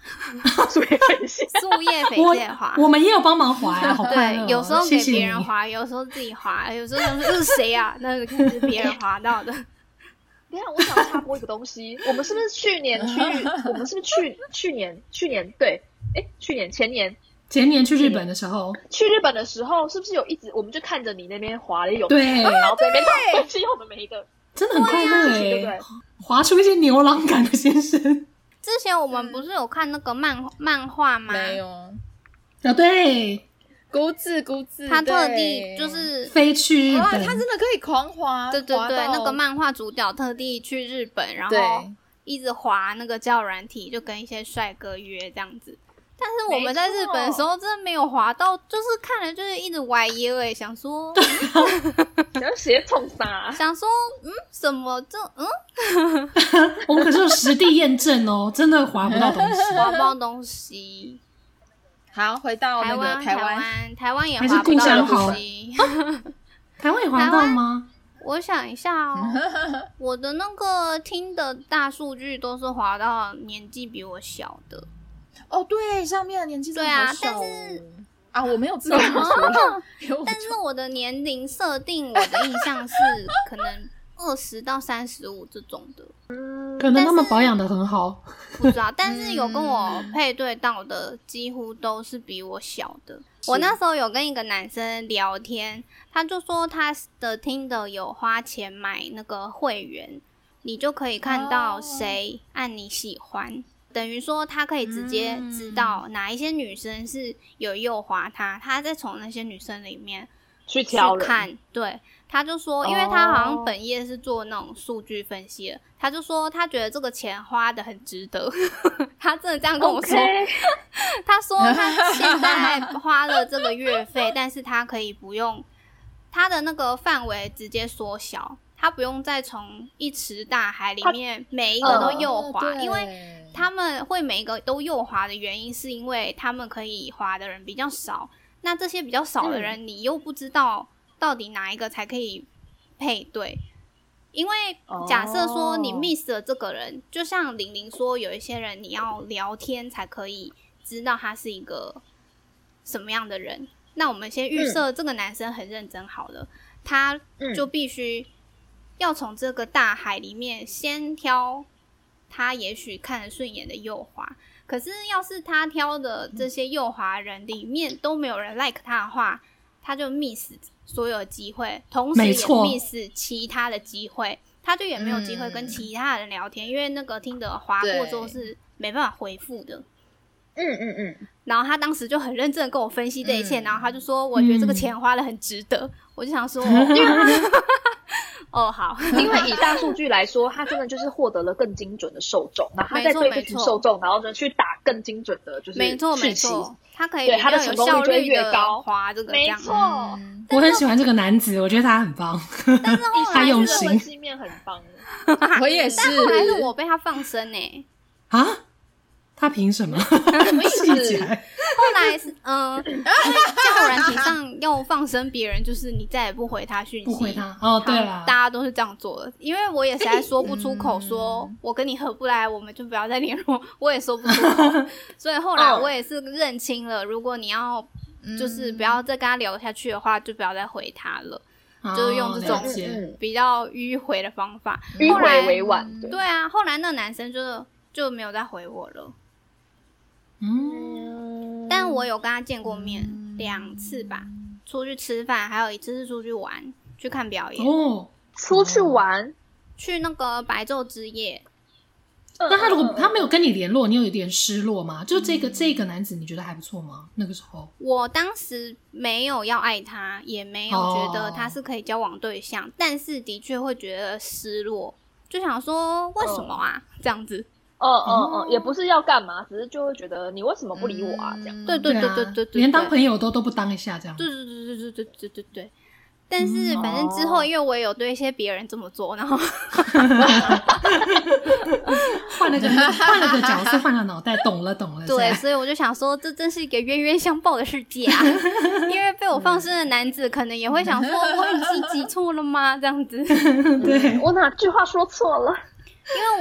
[SPEAKER 2] 所以很像
[SPEAKER 3] 树叶匪
[SPEAKER 1] 我
[SPEAKER 3] 蟹的滑。
[SPEAKER 1] 我们也有帮忙划呀，好快乐哦！
[SPEAKER 3] 对，有时候
[SPEAKER 1] 谢
[SPEAKER 3] 给
[SPEAKER 1] 谢
[SPEAKER 3] 别人
[SPEAKER 1] 你
[SPEAKER 3] 滑，有时候自己滑，有时候想说这是谁啊？那个可能是别人滑到的。
[SPEAKER 2] 等一下，我想插播一个东西，我们是不是去年去？我们是不是去去年去年对？哎，去年前年
[SPEAKER 1] 前年去日本的时候，
[SPEAKER 2] 去日本的时候，是不是有一直我们就看着你那边滑的有
[SPEAKER 1] 对
[SPEAKER 2] 然后在那边讨论其实我们每一个
[SPEAKER 1] 真的很快
[SPEAKER 3] 啊
[SPEAKER 1] 乐
[SPEAKER 2] 对不
[SPEAKER 1] 哎
[SPEAKER 2] 对，？
[SPEAKER 1] 划出一些牛郎感的先生
[SPEAKER 3] 之前我们不是有看那个漫漫画吗？
[SPEAKER 4] 没，有
[SPEAKER 1] 啊，对，
[SPEAKER 4] 孤字孤字，
[SPEAKER 3] 他特
[SPEAKER 4] 对
[SPEAKER 3] 地就是嗯
[SPEAKER 1] 飞去日
[SPEAKER 4] 哇，
[SPEAKER 1] 本
[SPEAKER 3] 哦
[SPEAKER 4] 他，真的可以狂滑，
[SPEAKER 3] 对对
[SPEAKER 4] 滑
[SPEAKER 3] 对，
[SPEAKER 4] 到
[SPEAKER 3] 那个漫画主角特地去日本，然后
[SPEAKER 4] 对
[SPEAKER 3] 一直滑那个叫软体，就跟一些帅哥约这样子。但是我们
[SPEAKER 2] 没
[SPEAKER 3] 在日本的
[SPEAKER 2] 错
[SPEAKER 3] 时候，真的没有滑到，就是看了就是一直歪耶哎，想说
[SPEAKER 2] 然后鞋冲啥？
[SPEAKER 3] 想说，嗯，什么这嗯
[SPEAKER 1] 我们可是有实地验证哦， 真的划不到东 西，
[SPEAKER 3] 滑不到东西。
[SPEAKER 4] 好，回到哦那
[SPEAKER 3] 台
[SPEAKER 4] 个
[SPEAKER 3] 湾
[SPEAKER 4] 台
[SPEAKER 3] 台湾台湾也
[SPEAKER 1] 还是
[SPEAKER 3] 滑不
[SPEAKER 1] 故
[SPEAKER 3] 到
[SPEAKER 1] 乡
[SPEAKER 3] 东
[SPEAKER 1] 好
[SPEAKER 3] 西。
[SPEAKER 1] 台湾也划得到吗？
[SPEAKER 3] 我想一下 哦，我的那个听的大数据都是滑到年纪比我小的，
[SPEAKER 4] 哦，对，上面的年纪真的
[SPEAKER 3] 对啊
[SPEAKER 4] 好小
[SPEAKER 3] 但
[SPEAKER 4] 哦
[SPEAKER 3] 是
[SPEAKER 4] 啊，我没有资格 说，因为我
[SPEAKER 3] 但是我的年龄设定，我的印象是可能二十到三十五这种的，
[SPEAKER 1] 可能他们保养的很好，
[SPEAKER 3] 不知道。但是有跟我配对到的，几乎都是比我小的。我那时候有跟一个男生聊天，他就说他的听的有花钱买那个会员，你就可以看到
[SPEAKER 4] 哦
[SPEAKER 3] 谁按你喜欢。等于说，他可以直接知道哪一些女生是有诱惑他，他再从那些女生里面
[SPEAKER 2] 去
[SPEAKER 3] 去
[SPEAKER 2] 挑人，
[SPEAKER 3] 看，对，他就说，因为他好像
[SPEAKER 2] 哦
[SPEAKER 3] 本业是做那种数据分析的，他就说他觉得这个钱花的很值得， 他真的这样跟我说
[SPEAKER 2] 嗯 OK
[SPEAKER 3] 他说他现在花了这个月费，但是他可以不用他的那个范围直接缩小，他不用再从一池大海里面每一个
[SPEAKER 2] 呃
[SPEAKER 3] 都右滑，
[SPEAKER 4] 哦对
[SPEAKER 3] 因为。
[SPEAKER 4] 嗯
[SPEAKER 3] 他们会每一个都右滑的原因，是因为他们可以滑的人比较少。那这些比较少的人，你又不知道到底哪一个才可以配对。因为假设说你
[SPEAKER 4] 哦
[SPEAKER 3] miss 了这个人就像玲玲说，有一些人你要聊天才可以知道他是一个什么样的人。那我们先预设这个男生很认真好了，他
[SPEAKER 2] 嗯
[SPEAKER 1] 嗯
[SPEAKER 3] 就必须要从这个大海里面先挑他也许看得顺眼的右滑。可是要是他挑的这些右滑人里面都没有人 like 他的话，他就 miss 所有机会，同时也
[SPEAKER 1] 没错
[SPEAKER 3] miss 其他的机会，他就也没有机会跟
[SPEAKER 4] 嗯
[SPEAKER 3] 其他人聊天，因为那个听的划过之后是没办法回复的。
[SPEAKER 2] 嗯嗯嗯，
[SPEAKER 3] 然后他当时就很认真的跟我分析这一切，
[SPEAKER 4] 嗯
[SPEAKER 3] 然后他就说：“我觉得这个
[SPEAKER 1] 嗯
[SPEAKER 3] 钱花的很值得。
[SPEAKER 2] 嗯
[SPEAKER 3] 我就 想说：“啊 哦，好，
[SPEAKER 2] 因为以大数据来说，他真的就是获得了更精准的受众，然后他
[SPEAKER 3] 没
[SPEAKER 2] 在
[SPEAKER 3] 错
[SPEAKER 2] 对
[SPEAKER 3] 没
[SPEAKER 2] 这群
[SPEAKER 3] 错
[SPEAKER 2] 受众，然后呢去打更精准的，就是
[SPEAKER 3] 没错没
[SPEAKER 2] 讯息
[SPEAKER 3] 错，，他可以
[SPEAKER 2] 对
[SPEAKER 3] 比
[SPEAKER 2] 他的
[SPEAKER 3] 较有
[SPEAKER 2] 成功率
[SPEAKER 3] 效
[SPEAKER 2] 就会
[SPEAKER 3] 率
[SPEAKER 2] 越
[SPEAKER 3] 的
[SPEAKER 2] 高
[SPEAKER 3] 划这个这
[SPEAKER 2] 没
[SPEAKER 3] 样。”
[SPEAKER 2] 错，
[SPEAKER 4] 嗯
[SPEAKER 1] 我很喜欢这个男子，我觉得他很棒。
[SPEAKER 3] 嗯
[SPEAKER 1] 他用
[SPEAKER 2] 这
[SPEAKER 1] 心
[SPEAKER 2] 个分析面很棒。
[SPEAKER 4] 我 也是，
[SPEAKER 3] 后来是我被他放生欸呢、
[SPEAKER 1] 啊，他凭什么？ 记起来，
[SPEAKER 3] 后来是嗯， 因为交友软体上要放生别人，就是你再也不回他讯息，
[SPEAKER 1] 不回他。哦，对
[SPEAKER 3] 好
[SPEAKER 1] 了
[SPEAKER 3] 大，家都是这样做的，因为我也实在说不出口说，
[SPEAKER 1] 嗯
[SPEAKER 3] 我跟你合不来，我们就不要再联络， 我也说不出口， 所以后来
[SPEAKER 1] 哦
[SPEAKER 2] 嗯
[SPEAKER 3] 我也是认清了，如果你要就是不
[SPEAKER 1] 嗯
[SPEAKER 3] 要再跟他聊下去的话，就不要再回他了，
[SPEAKER 1] 哦
[SPEAKER 3] 就是用这种
[SPEAKER 1] 了解
[SPEAKER 2] 嗯，
[SPEAKER 3] 比较迂回的方法。
[SPEAKER 2] 迂
[SPEAKER 3] 后来
[SPEAKER 2] 回委婉，对，
[SPEAKER 3] 对啊，后来那男生就就没有再回我了，
[SPEAKER 1] 嗯，
[SPEAKER 3] 但我有跟他见过面两次吧，出去吃饭，还有一次是出去玩，去看表演，
[SPEAKER 1] 哦，
[SPEAKER 2] 出去玩，
[SPEAKER 3] 去那个白昼之夜。
[SPEAKER 2] 那
[SPEAKER 1] 那他如果他没有跟你联络，你有一点失落吗？就这
[SPEAKER 3] 嗯
[SPEAKER 1] 个这个男子，你觉得还不错吗？那个时候，
[SPEAKER 3] 我当时没有要爱他，也没有觉得
[SPEAKER 1] 哦
[SPEAKER 3] 他是可以交往对象但是的确会觉得失落，就想说为什么
[SPEAKER 1] 哦
[SPEAKER 3] 啊、这样子？
[SPEAKER 2] 嗯
[SPEAKER 3] 哦
[SPEAKER 2] 嗯嗯，也不是要干嘛，只是就会觉得你为什么不理我啊？这样，
[SPEAKER 3] 对对对
[SPEAKER 1] 啊
[SPEAKER 3] 对对对，
[SPEAKER 1] 连当
[SPEAKER 3] 对
[SPEAKER 1] 朋友都都不当一下这样
[SPEAKER 3] 对对对。对对对对对对。但是
[SPEAKER 1] 嗯
[SPEAKER 3] 反正之
[SPEAKER 1] 哦
[SPEAKER 3] 后，因为我也有对一些别人这么做，然后
[SPEAKER 1] 换 了个换了个角色，换了脑袋，懂了懂了。
[SPEAKER 3] 对，
[SPEAKER 1] 是吧
[SPEAKER 3] 所以我就想说，这真是一个冤冤相报的世界啊！因为被我
[SPEAKER 1] 嗯
[SPEAKER 3] 放生的男子，可能也会想说，我语气急促了吗？这样子，因
[SPEAKER 1] 对，
[SPEAKER 2] 我哪句话说错了？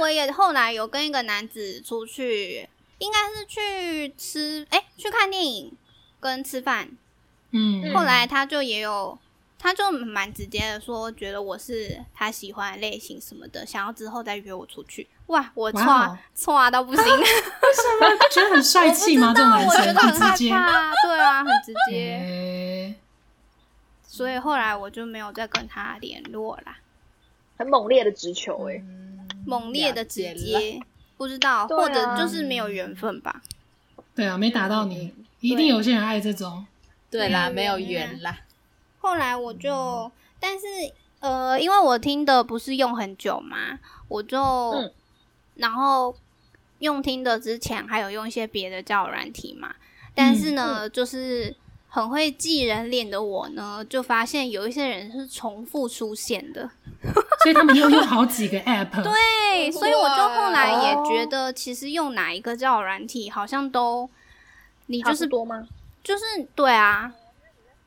[SPEAKER 3] 为我也后来有跟一个男子出去，应该是去吃，哎、去看电影跟吃饭。
[SPEAKER 1] 嗯，
[SPEAKER 3] 后来他就也有，他就蛮直接的说，觉得我是他喜欢的类型什么的，想要之后再约我出去。哇，我
[SPEAKER 1] 哇
[SPEAKER 3] 错
[SPEAKER 1] 哦
[SPEAKER 3] 错到 不行，
[SPEAKER 1] 什么觉得很帅气吗？这种男
[SPEAKER 3] 我觉
[SPEAKER 1] 生
[SPEAKER 3] 得很
[SPEAKER 1] 很
[SPEAKER 3] 害
[SPEAKER 1] 直接。
[SPEAKER 3] 怕，对啊，很直接。
[SPEAKER 1] 哎
[SPEAKER 3] 所以后来我就没有再跟他联络啦。
[SPEAKER 2] 很猛烈的直球，哎，
[SPEAKER 4] 嗯
[SPEAKER 3] 猛烈的直
[SPEAKER 4] 了解了
[SPEAKER 3] 接，不知道，
[SPEAKER 2] 对啊
[SPEAKER 3] 或者就是没有缘分吧。
[SPEAKER 1] 对啊，没打到你，一定有些人爱这种。
[SPEAKER 4] 对啦，
[SPEAKER 3] 没
[SPEAKER 4] 没
[SPEAKER 3] 有
[SPEAKER 4] 有缘啦，
[SPEAKER 3] 后来我就，但是呃，因为我听的不是用很久嘛，我就，
[SPEAKER 2] 嗯
[SPEAKER 3] 然后用听的之前还有用一些别的交友软体嘛，但是呢，就是很会记人脸的我呢，就发现有一些人是重复出现的。
[SPEAKER 1] 所以他们又用好几个 app，对，。
[SPEAKER 3] 对，所以我就后来也觉得，其实用哪一个交友软体，好像都你
[SPEAKER 2] 你
[SPEAKER 3] 就是
[SPEAKER 2] 多吗？
[SPEAKER 3] 就是对啊，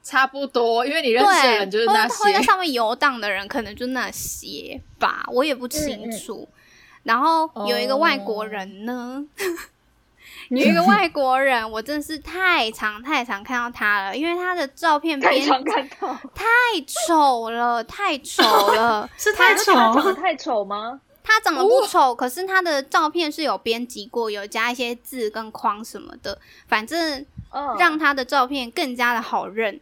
[SPEAKER 4] 差不多，因为你认识的
[SPEAKER 3] 对，
[SPEAKER 4] 人就是
[SPEAKER 3] 会
[SPEAKER 4] 那
[SPEAKER 3] 会
[SPEAKER 4] 些
[SPEAKER 3] 在。上面游荡的人，可能就那些吧，我也不清楚。然后有一个外
[SPEAKER 4] 哦
[SPEAKER 3] 国人呢，有一个外国人，我真是太常太常看到他了，因为他的照片
[SPEAKER 2] 太
[SPEAKER 3] 编
[SPEAKER 2] 常看到，
[SPEAKER 3] 太丑了，太丑了
[SPEAKER 1] 是太丑啊
[SPEAKER 2] 他长得
[SPEAKER 1] 了，
[SPEAKER 2] 太丑吗？
[SPEAKER 3] 他长得不丑，可是他的照片是有编辑过，有加一些字跟框什么的，反正
[SPEAKER 2] 嗯，
[SPEAKER 3] 让他的照片更加的好认。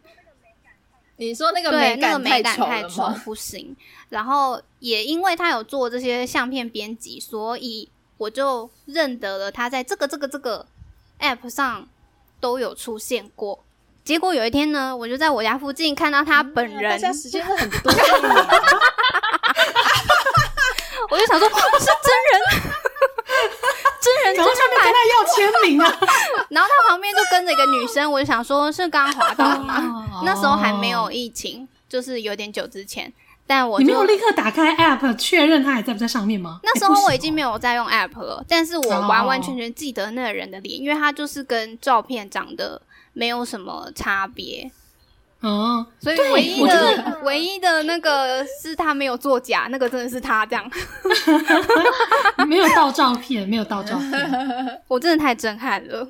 [SPEAKER 4] 你说那个
[SPEAKER 3] 对，
[SPEAKER 4] 美
[SPEAKER 3] 那个
[SPEAKER 4] 感
[SPEAKER 3] 美感
[SPEAKER 4] 丑
[SPEAKER 3] 太
[SPEAKER 4] 了
[SPEAKER 3] 丑
[SPEAKER 4] 吗？
[SPEAKER 3] 不行。然后也因为他有做这些相片编辑，所以我就认得了他在这个这个这个 app 上都有出现过。结果有一天呢，我就在我家附近看到他 本
[SPEAKER 4] 嗯啊大
[SPEAKER 3] 人，
[SPEAKER 4] 家时间是很 多 的，
[SPEAKER 3] 我就想说哇是真人，真人
[SPEAKER 1] 赶
[SPEAKER 3] 真
[SPEAKER 1] 快上
[SPEAKER 3] 人
[SPEAKER 1] 面跟
[SPEAKER 3] 版。
[SPEAKER 1] 他要签名啊！
[SPEAKER 3] 然后他旁边就跟着一个女生，我就想说是刚刚滑到的 吗？
[SPEAKER 1] 哦
[SPEAKER 3] 啊 那时候还没有，疫情，就是有点久之前。但我
[SPEAKER 1] 你没
[SPEAKER 3] 就
[SPEAKER 1] 有立刻打开 App 确认他还在不在上面吗？
[SPEAKER 3] 那时候我已
[SPEAKER 4] 哦
[SPEAKER 3] 经没有在用 app 了，但是我
[SPEAKER 1] 哦
[SPEAKER 3] 完完全全记得那个人的脸，因为他就是跟照片长得没有什么差别，
[SPEAKER 1] 有哦，
[SPEAKER 3] 所以
[SPEAKER 1] 对
[SPEAKER 3] 唯一
[SPEAKER 1] 我觉
[SPEAKER 4] 啊
[SPEAKER 3] 的嗯唯一的那个是他没有作假，那个真的是他这样，
[SPEAKER 1] 没有盗照片，没有盗照片，
[SPEAKER 3] 我真的太震撼了。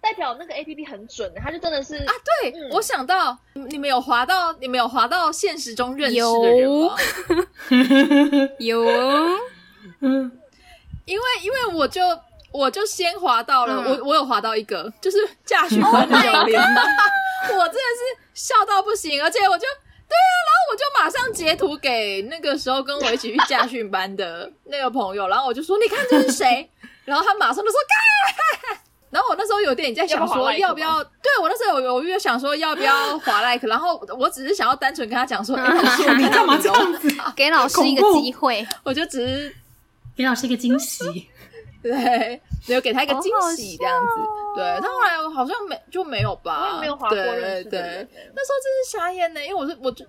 [SPEAKER 2] 代表那个 A P P 很准，他就真的是啊，
[SPEAKER 4] 对，我想到你们有滑到，你们有滑到现实中认识的人
[SPEAKER 3] 有
[SPEAKER 4] 吗？
[SPEAKER 3] 有，
[SPEAKER 1] 嗯，
[SPEAKER 4] 因为因为我就我就先滑到了，
[SPEAKER 3] 嗯
[SPEAKER 4] 我我有滑到一个，就是驾训班的教练 我真的是笑到不行，而且我就对啊，然后我就马上截图给那个时候跟我一起去驾训班的那个朋友，然后我就说你看这是谁， 然后他马上就说干。然后我那时候有点在想说要
[SPEAKER 2] 要
[SPEAKER 4] 不
[SPEAKER 2] 不
[SPEAKER 4] 要，
[SPEAKER 2] 要滑
[SPEAKER 4] 对我那时候有犹豫，想说要不要滑 like，然后我只是想要单纯跟他讲说，哎、老师我
[SPEAKER 1] 你
[SPEAKER 4] 看到
[SPEAKER 1] 干嘛
[SPEAKER 4] 你
[SPEAKER 1] 这
[SPEAKER 4] 了
[SPEAKER 1] 样 子？
[SPEAKER 3] 给老师一个
[SPEAKER 1] 恐怖
[SPEAKER 3] 机 会，
[SPEAKER 4] 我就只是
[SPEAKER 1] 给老师一个惊喜，
[SPEAKER 4] 对，没有给他一个
[SPEAKER 3] 好
[SPEAKER 4] 惊
[SPEAKER 3] 好
[SPEAKER 4] 喜这样子。对，他后来好像没就没有
[SPEAKER 2] 我
[SPEAKER 4] 吧，
[SPEAKER 2] 也没有滑过
[SPEAKER 4] 对
[SPEAKER 2] 认识
[SPEAKER 4] 对
[SPEAKER 2] 的
[SPEAKER 4] 啊对
[SPEAKER 2] 人，，
[SPEAKER 4] 那时候真是傻眼呢，因为我是我就。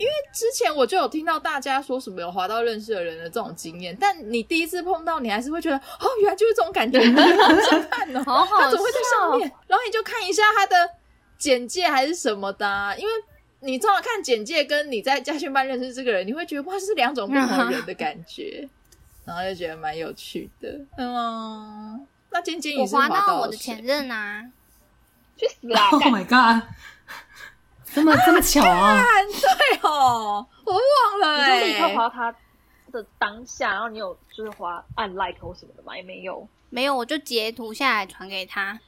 [SPEAKER 4] 因为之前我就有听到大家说什么有滑到认识的人的这种经验，但你第一次碰到，你还是会觉得哦，原来就是这种感觉， 好震撼哦！
[SPEAKER 3] 好好
[SPEAKER 4] 他
[SPEAKER 3] 笑
[SPEAKER 4] 怎么会在上面？然后你就看一下他的简介还是什么的啊、因为你通常看简介跟你在家训班认识这个人，你会觉得哇，这是两种不同的人的感
[SPEAKER 3] 啊
[SPEAKER 4] 觉， 然后就觉得蛮有趣的。嗯，那尖尖
[SPEAKER 3] 我
[SPEAKER 4] 你是
[SPEAKER 3] 滑
[SPEAKER 4] 到
[SPEAKER 3] 到我
[SPEAKER 4] 了
[SPEAKER 3] 的
[SPEAKER 4] 谁
[SPEAKER 3] 前任啊，
[SPEAKER 2] 去死啦！
[SPEAKER 1] Oh
[SPEAKER 2] 干
[SPEAKER 1] my god！这么这么巧 啊！
[SPEAKER 4] 干 对哦，我忘了
[SPEAKER 2] 你
[SPEAKER 4] 哎、
[SPEAKER 2] 就立刻滑到他的当下，然后你有就是滑按 like 或什么的吗？也没有。
[SPEAKER 3] 没有，我就截图下来传给他，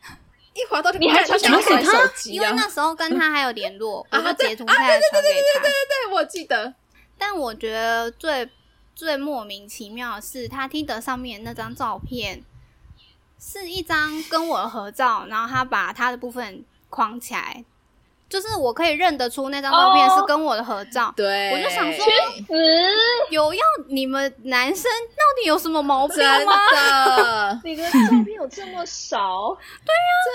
[SPEAKER 4] 一滑到就
[SPEAKER 2] 你还
[SPEAKER 4] 就想
[SPEAKER 1] 传给
[SPEAKER 4] 甩
[SPEAKER 1] 他
[SPEAKER 4] 手机
[SPEAKER 3] 因为
[SPEAKER 4] 啊！
[SPEAKER 3] 那时候跟他还有联络，我
[SPEAKER 4] 啊
[SPEAKER 3] 就
[SPEAKER 4] 对
[SPEAKER 3] 截图下来传给他。
[SPEAKER 4] 对，我记得
[SPEAKER 3] 但我觉得最最莫名其妙的是，他听得上面那张照片是一张跟我的合照，然后他把他的部分框起来，就是我可以认得出那张照片
[SPEAKER 2] 哦
[SPEAKER 3] 是跟我的合照。
[SPEAKER 4] 对，
[SPEAKER 3] 我就想说
[SPEAKER 2] 死！呃
[SPEAKER 3] 有要你们男生到底有什么毛病啊
[SPEAKER 4] 真
[SPEAKER 3] 吗？
[SPEAKER 4] 的。
[SPEAKER 2] 你的照片有这么少？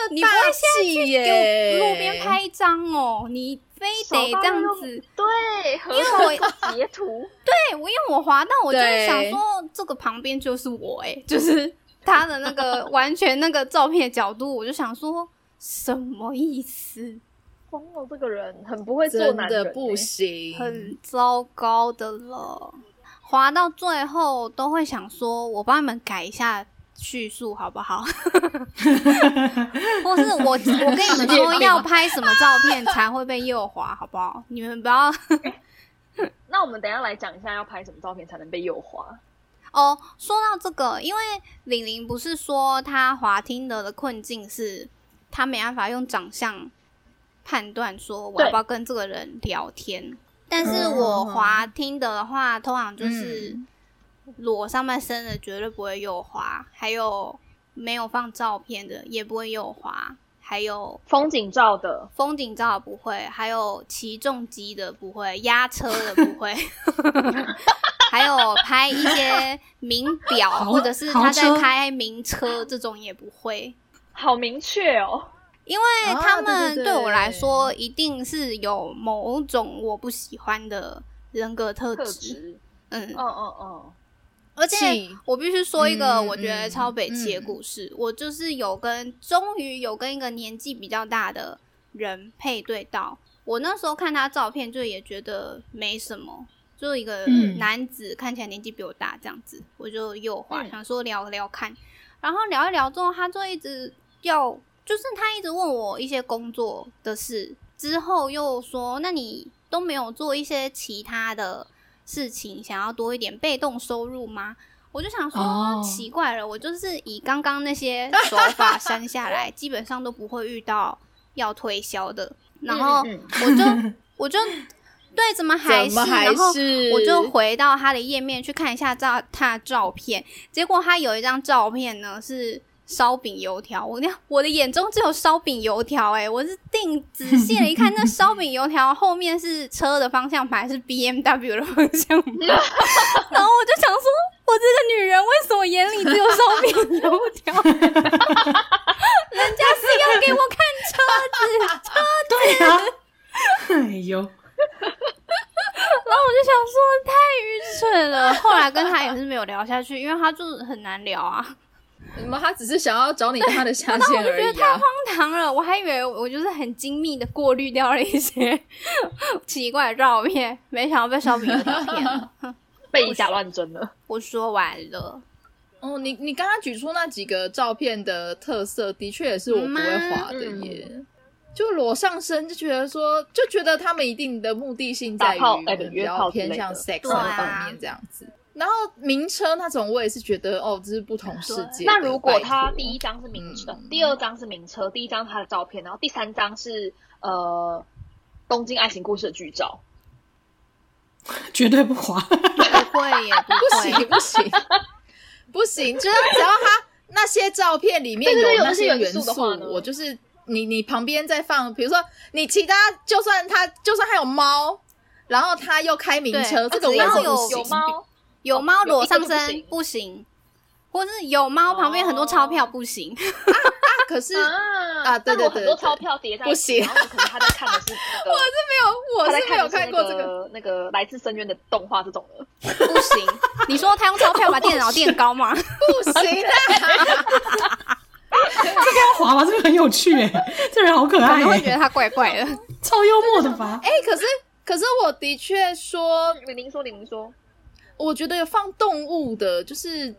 [SPEAKER 3] 你不会现在去
[SPEAKER 4] 忌
[SPEAKER 3] 给
[SPEAKER 4] 耶
[SPEAKER 3] 我路边拍一张哦，你非得这样子。
[SPEAKER 2] 对，合
[SPEAKER 3] 为
[SPEAKER 2] 照截图，
[SPEAKER 3] 对，我因为我滑到，我就
[SPEAKER 4] 对
[SPEAKER 3] 想说，这个旁边就是我、欸，就是他的那个完全那个照片的角度，我就想说什么意思，
[SPEAKER 2] 疯了！这个人很不会做
[SPEAKER 4] 真
[SPEAKER 2] 男
[SPEAKER 4] 的
[SPEAKER 2] 人、欸，
[SPEAKER 4] 不行，嗯
[SPEAKER 3] 很糟糕的了。滑到最后都会想说，我帮你们改一下叙述好不好？ 或是我我跟你们说要拍什么照片才会被右滑，好不好？你们不要
[SPEAKER 2] 那我们等一下来讲一下要拍什么照片才能被啊右滑。
[SPEAKER 3] 哦，说到这个，因为玲玲不是说她滑听的的困境是，她没办法用长相判断说我要
[SPEAKER 2] 对
[SPEAKER 3] 不要跟这个人聊天。但是
[SPEAKER 4] 嗯
[SPEAKER 3] 我滑听的的话，通常就是裸上半身的绝对不会右滑，还有没有放照片的也不会右滑，还有
[SPEAKER 2] 风景照的，
[SPEAKER 3] 风景照的不会，还有骑重机的不会，压车的不会，还有拍一些名表
[SPEAKER 1] 豪
[SPEAKER 3] 或者是他在
[SPEAKER 1] 豪车
[SPEAKER 3] 开名车这种也不会，
[SPEAKER 2] 好明确哦。
[SPEAKER 3] 因为他
[SPEAKER 4] 啊
[SPEAKER 3] 们
[SPEAKER 4] 对对对
[SPEAKER 3] 对我来说一定是有某种我不喜欢的人格特
[SPEAKER 2] 特
[SPEAKER 3] 质，
[SPEAKER 2] 质，
[SPEAKER 3] 嗯
[SPEAKER 4] 哦
[SPEAKER 2] 嗯，嗯嗯，
[SPEAKER 3] 而且
[SPEAKER 4] 气
[SPEAKER 3] 我必须说一个
[SPEAKER 4] 嗯
[SPEAKER 3] 我觉
[SPEAKER 4] 嗯
[SPEAKER 3] 得超北气的
[SPEAKER 4] 嗯
[SPEAKER 3] 故事，我就是有跟终于有跟一个年纪比较大的人配对到。我那时候看他照片，就也觉得没什么，就一个
[SPEAKER 1] 嗯
[SPEAKER 3] 男子、看起来年纪比我大这样子，我就右滑、
[SPEAKER 2] 嗯
[SPEAKER 3] 想说聊聊看，然后聊一聊之后，他就一直要，就是他一直问我一些工作的事，之后又说，那你都没有做一些其他的事情，想要多一点被动收入吗？我就想说、
[SPEAKER 1] 哦
[SPEAKER 3] 奇怪了，我就是以刚刚那些手法删下来，基本上都不会遇到要推销的。然后
[SPEAKER 2] 嗯嗯
[SPEAKER 3] 我就我就对，怎么还
[SPEAKER 4] 怎
[SPEAKER 3] 是？
[SPEAKER 4] 么还
[SPEAKER 3] 然后
[SPEAKER 4] 是？
[SPEAKER 3] 我 就回到他的页面去看一下照他的照片，结果他有一张照片呢是烧饼油条，我那我的眼中只有烧饼油条，哎，我是定仔细了一看，那烧饼油条后面是车的方向盘，是 B M W 的方向盘，然后我就想说，我这个女人为什么眼里只有烧饼油条？ 人家是要给我看车子，
[SPEAKER 1] 对啊，哎呦，
[SPEAKER 3] 然后我就想说太愚蠢 了，后来跟他也是没有聊下去，因为他就是很难聊啊，
[SPEAKER 4] 什么？他只是想要找你当他的 下线
[SPEAKER 3] 我就
[SPEAKER 4] 而
[SPEAKER 3] 觉得
[SPEAKER 4] 已
[SPEAKER 3] 太
[SPEAKER 4] 啊
[SPEAKER 3] 荒！唐了。我还以为我就是很精密的过滤掉了一些奇怪的照片，没想到被烧饼油条骗了。
[SPEAKER 2] 被以假乱真了。
[SPEAKER 3] 我说完了，
[SPEAKER 4] 哦，你你刚刚举出那几个照片的特色，的确也是我不会滑的
[SPEAKER 3] 嗯
[SPEAKER 4] 耶。就裸上身就觉得说，就觉得他们一定的目的性在于
[SPEAKER 2] 打炮哎
[SPEAKER 4] 比
[SPEAKER 2] 约
[SPEAKER 4] 较
[SPEAKER 2] 炮之类
[SPEAKER 4] 偏
[SPEAKER 2] 的
[SPEAKER 4] 向 sex
[SPEAKER 3] 对啊
[SPEAKER 4] 的方面这样子。然后名车那种，我也是觉得哦，这是不同世界的。
[SPEAKER 2] 那如果
[SPEAKER 4] 拜托
[SPEAKER 2] 他第一张是名车，
[SPEAKER 4] 嗯
[SPEAKER 2] 第二张是名车，第一张是他的照片，然后第三张是呃东京爱情故事的剧照，
[SPEAKER 1] 绝对不滑。
[SPEAKER 3] 不会也 不
[SPEAKER 4] 不
[SPEAKER 3] 会，
[SPEAKER 4] 行不行 不行，就是只要他那些照片里面
[SPEAKER 2] 对对对有
[SPEAKER 4] 那
[SPEAKER 2] 那些
[SPEAKER 4] 些
[SPEAKER 2] 元
[SPEAKER 4] 元
[SPEAKER 2] 素的
[SPEAKER 4] 素
[SPEAKER 2] 话呢，
[SPEAKER 4] 我就是你你旁边再放，比如说你其他，就算他就算他有猫，然后他又开名车，这
[SPEAKER 3] 对
[SPEAKER 4] 个
[SPEAKER 3] 啊
[SPEAKER 4] 我也
[SPEAKER 3] 只要
[SPEAKER 4] 是
[SPEAKER 3] 有
[SPEAKER 4] 不行
[SPEAKER 2] 有猫，
[SPEAKER 3] 有猫裸上
[SPEAKER 2] 有一个就
[SPEAKER 3] 身
[SPEAKER 2] 不
[SPEAKER 3] 不行，或是有猫旁边很多钞票不行。
[SPEAKER 4] 啊可是
[SPEAKER 2] 啊
[SPEAKER 4] 啊对对
[SPEAKER 2] 那如果很多
[SPEAKER 4] 对对
[SPEAKER 2] 钞票叠在一起，
[SPEAKER 4] 不行
[SPEAKER 2] 然后可能他在看的是那个，
[SPEAKER 4] 没有， 我
[SPEAKER 2] 他在
[SPEAKER 4] 是没有
[SPEAKER 2] 的
[SPEAKER 4] 看
[SPEAKER 2] 是
[SPEAKER 4] 过
[SPEAKER 2] 那
[SPEAKER 4] 这个。
[SPEAKER 2] 个那个来自深渊的动画这种 的，
[SPEAKER 3] 不行，你说他用钞票把电脑垫高 吗？
[SPEAKER 4] 不行啊啦，
[SPEAKER 1] 滑吧，这个很有趣哎，这人好可
[SPEAKER 3] 可
[SPEAKER 1] 爱
[SPEAKER 3] 能会觉
[SPEAKER 1] 哎，
[SPEAKER 3] 得他怪怪 的。
[SPEAKER 1] 超幽默的吧？
[SPEAKER 4] 哎、可是可是我的确说，
[SPEAKER 2] 李宁说，李宁说，
[SPEAKER 4] 我觉得放动物的，就是，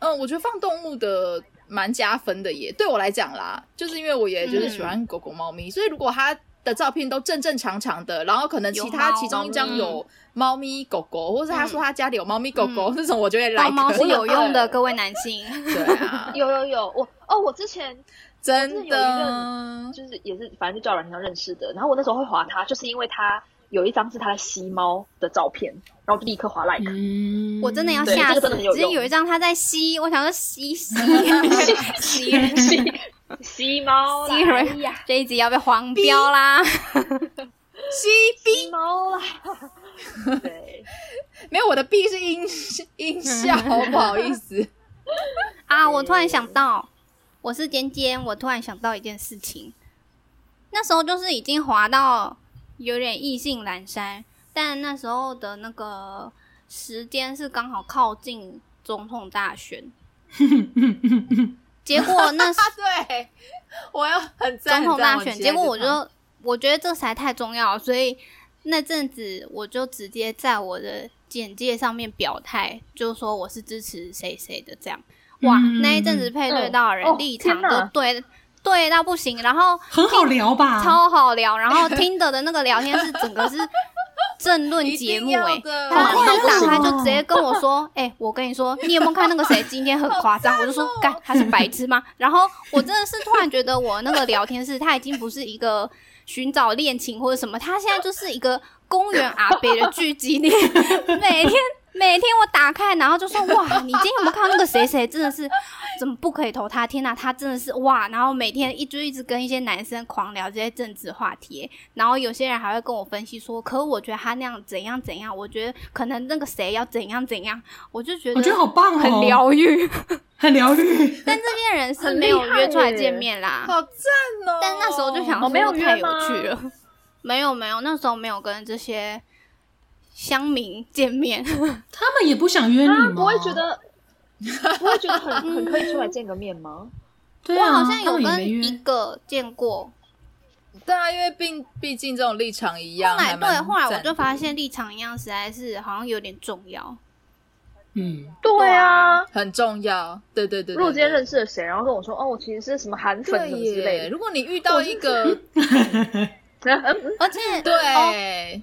[SPEAKER 4] 嗯，我觉得放动物的蛮加分的耶。对我来讲啦，就是因为我也就是喜
[SPEAKER 3] 嗯
[SPEAKER 4] 欢狗狗、猫咪，所以如果它的照片都正正常常的，然后可能其他
[SPEAKER 3] 有猫
[SPEAKER 4] 其中一张有猫咪、狗狗，或是他说他家里有猫咪、狗 狗、那种，我就会来。
[SPEAKER 3] 抱嗯猫是有用 的，
[SPEAKER 2] 我
[SPEAKER 3] 各位男性。
[SPEAKER 4] 对 啊，
[SPEAKER 2] 有有有，我哦，我之前
[SPEAKER 4] 真
[SPEAKER 2] 我之前有一
[SPEAKER 4] 的。
[SPEAKER 2] 就是也是反正就叫软件上认识的，然后我那时候会划他，就是因为他有一张是他的吸猫的照片，然后我就立刻划 like，
[SPEAKER 1] 嗯，
[SPEAKER 3] 我真的要
[SPEAKER 2] 对
[SPEAKER 3] 吓
[SPEAKER 2] 这个
[SPEAKER 3] 死！
[SPEAKER 2] 真的很有
[SPEAKER 3] 只是
[SPEAKER 2] 用
[SPEAKER 3] 有一张他在吸，我想说吸 吸 吸
[SPEAKER 2] 吸吸猫啦，
[SPEAKER 3] 吸
[SPEAKER 2] 哎
[SPEAKER 3] 人
[SPEAKER 2] 呀，，
[SPEAKER 3] 这一集要被黄 标啦！
[SPEAKER 4] 吸
[SPEAKER 2] 吸猫啦，对。
[SPEAKER 4] 没有我的 B 是音 音效，不好意思。
[SPEAKER 3] 啊，我突然想到，我是尖尖，我突然想到一件事情，那时候就是已经滑到有点意兴阑珊，但那时候的那个时间是刚好靠近总统大 选，结果那时
[SPEAKER 4] 啊，对，我要很赞
[SPEAKER 3] 总
[SPEAKER 4] 很赞
[SPEAKER 3] 统大
[SPEAKER 4] 我
[SPEAKER 3] 选，
[SPEAKER 4] 期待
[SPEAKER 3] 结果
[SPEAKER 4] 这
[SPEAKER 3] 我
[SPEAKER 4] 场
[SPEAKER 3] 就我觉得这才太重要了，所以那阵子我就直接在我的简介上面表态，就说我是支持谁谁的这样。哇，
[SPEAKER 1] 嗯
[SPEAKER 3] 那一阵子配对到的人、
[SPEAKER 2] 嗯哦
[SPEAKER 3] 立场
[SPEAKER 2] 天哪
[SPEAKER 3] 都对、对到不行，然后
[SPEAKER 1] 很好聊吧？
[SPEAKER 3] 超好聊，然后听的的那个聊天 是整个是政论
[SPEAKER 4] 一
[SPEAKER 3] 节
[SPEAKER 4] 定
[SPEAKER 3] 目
[SPEAKER 4] 要
[SPEAKER 3] 哎、
[SPEAKER 4] 的
[SPEAKER 3] 他
[SPEAKER 1] 好
[SPEAKER 3] 一
[SPEAKER 1] 快
[SPEAKER 3] 打开
[SPEAKER 1] 乐
[SPEAKER 3] 就
[SPEAKER 1] 哦
[SPEAKER 3] 直接跟我说：“哎、我跟你说，你有没有看那个谁今天很夸张？”我 就说：“干，他是白痴吗？”然后我真的是突然觉得我那个聊天室，他已经不是一个寻找恋情或者什么，他现在就是一个公园阿北的聚 集地，每天。每天我打开，然后就说哇，你今天有没有看到那个谁谁？真的是 怎么不可以投他？天哪，他真的是哇！然后每天一就一直跟一些男生狂聊这些政治话题，然后有些人还会跟我分析说，可我觉得他那样怎样怎样，我觉得可能那个谁要怎样怎样，我就觉得
[SPEAKER 1] 我觉得好棒哦，
[SPEAKER 3] 很疗愈。
[SPEAKER 1] 很疗愈。
[SPEAKER 3] 但这些人是
[SPEAKER 2] 很
[SPEAKER 3] 没有
[SPEAKER 2] 厉害
[SPEAKER 3] 约出来
[SPEAKER 2] 耶
[SPEAKER 3] 见面啦，
[SPEAKER 4] 好赞哦！
[SPEAKER 3] 但那时候就想
[SPEAKER 2] 哦
[SPEAKER 3] 说，
[SPEAKER 2] 没有
[SPEAKER 3] 太
[SPEAKER 2] 约
[SPEAKER 3] 有
[SPEAKER 2] 吗
[SPEAKER 3] 趣了。没有没有，那时候没有跟这些乡民见面。
[SPEAKER 1] 他们也不想约你
[SPEAKER 2] 他
[SPEAKER 1] 吗？
[SPEAKER 2] 啊不会觉得，不会觉得很很可以出来见个面吗？
[SPEAKER 1] 对
[SPEAKER 3] 我
[SPEAKER 1] 啊，
[SPEAKER 3] 好像有
[SPEAKER 1] 他们也
[SPEAKER 3] 跟
[SPEAKER 1] 没
[SPEAKER 3] 一
[SPEAKER 1] 约
[SPEAKER 3] 个见过，
[SPEAKER 4] 对啊，因为毕毕竟这种立场一样，
[SPEAKER 3] 后来
[SPEAKER 4] 还蛮
[SPEAKER 3] 对，后来我
[SPEAKER 4] 赞
[SPEAKER 3] 就发现立场一样，实在是好像有点重要。
[SPEAKER 1] 嗯，
[SPEAKER 2] 对啊，
[SPEAKER 4] 很重要。对对对对
[SPEAKER 2] 如果今天
[SPEAKER 4] 对
[SPEAKER 2] 认识了谁，然后跟我说哦，我其实是什么韩粉
[SPEAKER 4] 对
[SPEAKER 2] 什么之类
[SPEAKER 4] 耶，
[SPEAKER 2] 的，
[SPEAKER 4] 如果你遇到一个
[SPEAKER 2] 嗯 嗯
[SPEAKER 3] 而且
[SPEAKER 4] 对。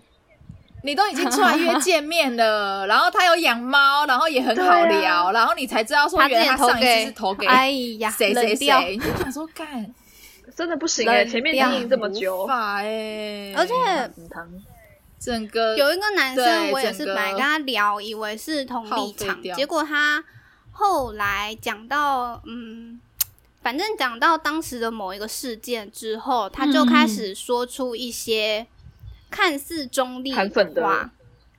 [SPEAKER 4] 你都已经出来约见面了，然后他有养猫，然后也很好
[SPEAKER 2] 对
[SPEAKER 4] 聊，
[SPEAKER 2] 啊
[SPEAKER 4] 然后你才知道说，
[SPEAKER 3] 他之
[SPEAKER 4] 原来
[SPEAKER 3] 前
[SPEAKER 4] 他
[SPEAKER 3] 投
[SPEAKER 4] 上一次
[SPEAKER 3] 给
[SPEAKER 4] 是投给
[SPEAKER 3] 哎呀，
[SPEAKER 4] 谁谁
[SPEAKER 3] 冷掉
[SPEAKER 4] 谁，你就想说干
[SPEAKER 2] 真的不行哎，
[SPEAKER 3] 冷
[SPEAKER 2] 前面
[SPEAKER 3] 掉
[SPEAKER 2] 经营这么久嗯
[SPEAKER 4] 无，法哎，
[SPEAKER 3] 而且
[SPEAKER 2] 很疼
[SPEAKER 4] 整个
[SPEAKER 3] 有一个男生，
[SPEAKER 4] 对
[SPEAKER 3] 我也是
[SPEAKER 4] 整个
[SPEAKER 3] 本来跟他聊，以为是同立
[SPEAKER 4] 耗
[SPEAKER 3] 场
[SPEAKER 4] 费，掉
[SPEAKER 3] 结果他后来讲到，嗯，反正讲到当时的某一个事件之后，他就
[SPEAKER 4] 嗯
[SPEAKER 3] 开始说出一些看似中立
[SPEAKER 2] 韩粉的
[SPEAKER 3] 话，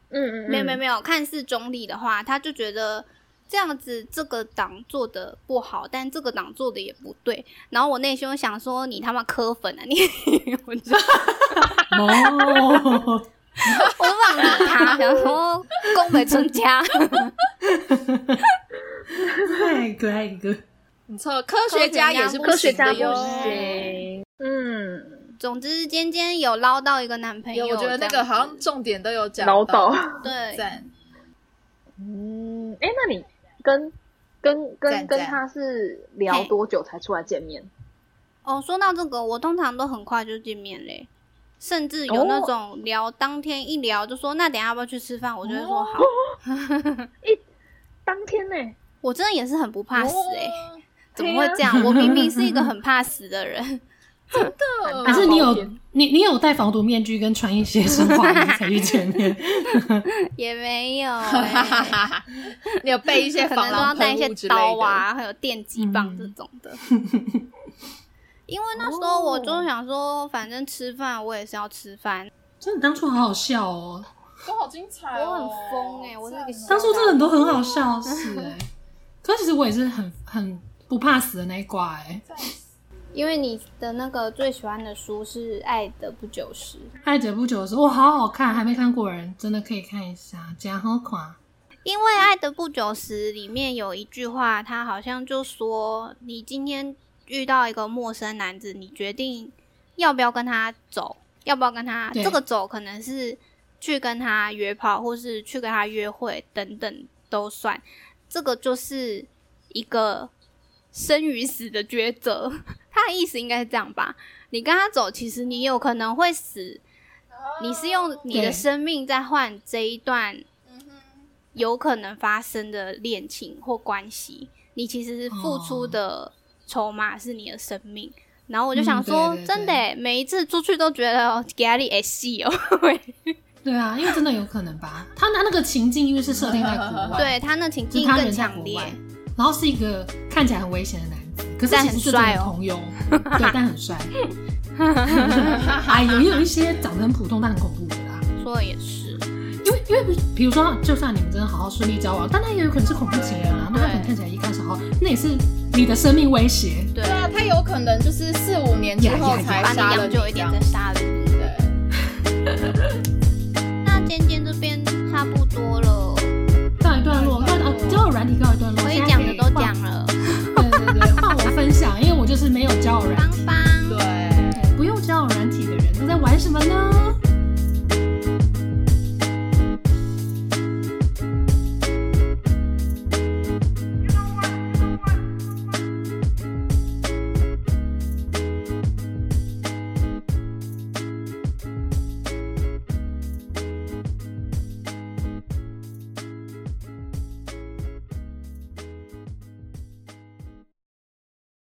[SPEAKER 2] 嗯嗯，
[SPEAKER 3] 没有没有
[SPEAKER 2] 有，
[SPEAKER 3] 没有，看似中立的话，他就觉得这样子这个党做的不好，但这个党做的也不对。然后我内心就想说，你他妈磕粉啊你！ 我就
[SPEAKER 1] 哦，
[SPEAKER 3] 我就忘了他， 想说宫北春家，
[SPEAKER 1] 太可爱哥，
[SPEAKER 4] 你错，科学家也是
[SPEAKER 3] 科
[SPEAKER 2] 科学
[SPEAKER 4] 行
[SPEAKER 2] 家
[SPEAKER 4] 的
[SPEAKER 2] 不
[SPEAKER 4] 哟。
[SPEAKER 2] 行，嗯，
[SPEAKER 3] 总之尖尖有捞到一个男朋友，
[SPEAKER 4] 有，哎我觉得那
[SPEAKER 3] 这样
[SPEAKER 4] 个
[SPEAKER 3] 子
[SPEAKER 4] 好像重点都有讲
[SPEAKER 2] 唠
[SPEAKER 4] 到
[SPEAKER 2] 叨，
[SPEAKER 3] 对，
[SPEAKER 4] 赞。
[SPEAKER 2] 嗯，哎，那你跟跟跟
[SPEAKER 4] 赞
[SPEAKER 2] 跟
[SPEAKER 4] 赞
[SPEAKER 2] 他是聊
[SPEAKER 3] 嘿
[SPEAKER 2] 多久才出来见面？
[SPEAKER 3] 哦，说到这个，我通常都很快就见面嘞。甚至有
[SPEAKER 2] 哦
[SPEAKER 3] 那种聊当天一聊就说那等一下要不要去吃饭，我就会
[SPEAKER 4] 哦
[SPEAKER 3] 说好。
[SPEAKER 2] 当天呢？
[SPEAKER 3] 我真的也是很不怕死哎、
[SPEAKER 4] 哦
[SPEAKER 3] 怎么会这 样？我明明是一个很怕死的人，
[SPEAKER 4] 真
[SPEAKER 1] 还
[SPEAKER 4] 的
[SPEAKER 1] 是你有
[SPEAKER 2] 大冒险
[SPEAKER 1] 你你有戴防毒面具跟穿一些生化衣才去见面？
[SPEAKER 3] 也没有、欸，
[SPEAKER 4] 哎 你有备一些
[SPEAKER 3] 可
[SPEAKER 4] 防
[SPEAKER 3] 能都要
[SPEAKER 4] 狼
[SPEAKER 3] 带一
[SPEAKER 4] 喷
[SPEAKER 3] 些
[SPEAKER 4] 雾之类
[SPEAKER 3] 刀
[SPEAKER 4] 的。嗯
[SPEAKER 3] 啊，还有电击棒这种 的。因为那时候我
[SPEAKER 4] 哦
[SPEAKER 3] 就想说，反正吃饭我也是要吃饭，
[SPEAKER 1] 真的当初好好笑哦，
[SPEAKER 4] 都好精彩哦
[SPEAKER 3] 我很疯哎、我是个
[SPEAKER 1] 当初真的很多很好笑的 事哎、可其实我也是很很不怕死的那一挂哎、
[SPEAKER 3] 因为你的那个最喜欢的书是《爱的不久时》，
[SPEAKER 1] 爱者不久的时候，哇，好好看，还没看过的人真的可以看一下，加好款。
[SPEAKER 3] 因为《爱的不久时》里面有一句话，他好像就说：“你今天遇到一个陌生男子，你决定要不要跟他走，要不要跟他
[SPEAKER 1] 对
[SPEAKER 3] 这个走，可能是去跟他约炮，或是去跟他约会等等都算。这个就是一个生与死的抉择。他的意思应该是这样吧？你跟他走，其实你有可能会死，你是用你的
[SPEAKER 1] 对
[SPEAKER 3] 生命在换这一段。”有可能发生的恋情或关系，你其实是付出的筹码是你的生命。然后我就想说，
[SPEAKER 1] 哦嗯对对对
[SPEAKER 3] 真的耶每一次出去都觉得哦压力也细哦。
[SPEAKER 1] 对啊，因为真的有可能吧。他那那个情境因为是设定在国外，
[SPEAKER 3] 对他那情
[SPEAKER 1] 就是
[SPEAKER 3] 境
[SPEAKER 1] 他
[SPEAKER 3] 更
[SPEAKER 1] 人在
[SPEAKER 3] 强
[SPEAKER 1] 国
[SPEAKER 3] 烈，
[SPEAKER 1] 外，然后是一个看起来很危险的男子，可是
[SPEAKER 3] 但
[SPEAKER 1] 其
[SPEAKER 3] 很
[SPEAKER 1] 实是真
[SPEAKER 3] 帅
[SPEAKER 1] 的
[SPEAKER 3] 哦
[SPEAKER 1] 朋友，对，但很 帅。哎呦，也有一些长得很普通但很恐怖的啦。
[SPEAKER 3] 说的也是。
[SPEAKER 1] 因为因为比如说，就算你们真的好好顺利交往，但他也有可能是恐怖情人啊，那他可能看起来一开始好，那也是你的生命威胁。
[SPEAKER 3] 对，
[SPEAKER 4] 对啊，他有可能就是四五年之
[SPEAKER 1] 呀呀
[SPEAKER 4] 后
[SPEAKER 1] 呀
[SPEAKER 4] 才
[SPEAKER 3] 把你
[SPEAKER 4] 杀了
[SPEAKER 3] 养
[SPEAKER 4] 你
[SPEAKER 3] 久一
[SPEAKER 4] 这
[SPEAKER 3] 点
[SPEAKER 4] 样
[SPEAKER 3] 再杀了你。
[SPEAKER 4] 对，
[SPEAKER 1] 啊哦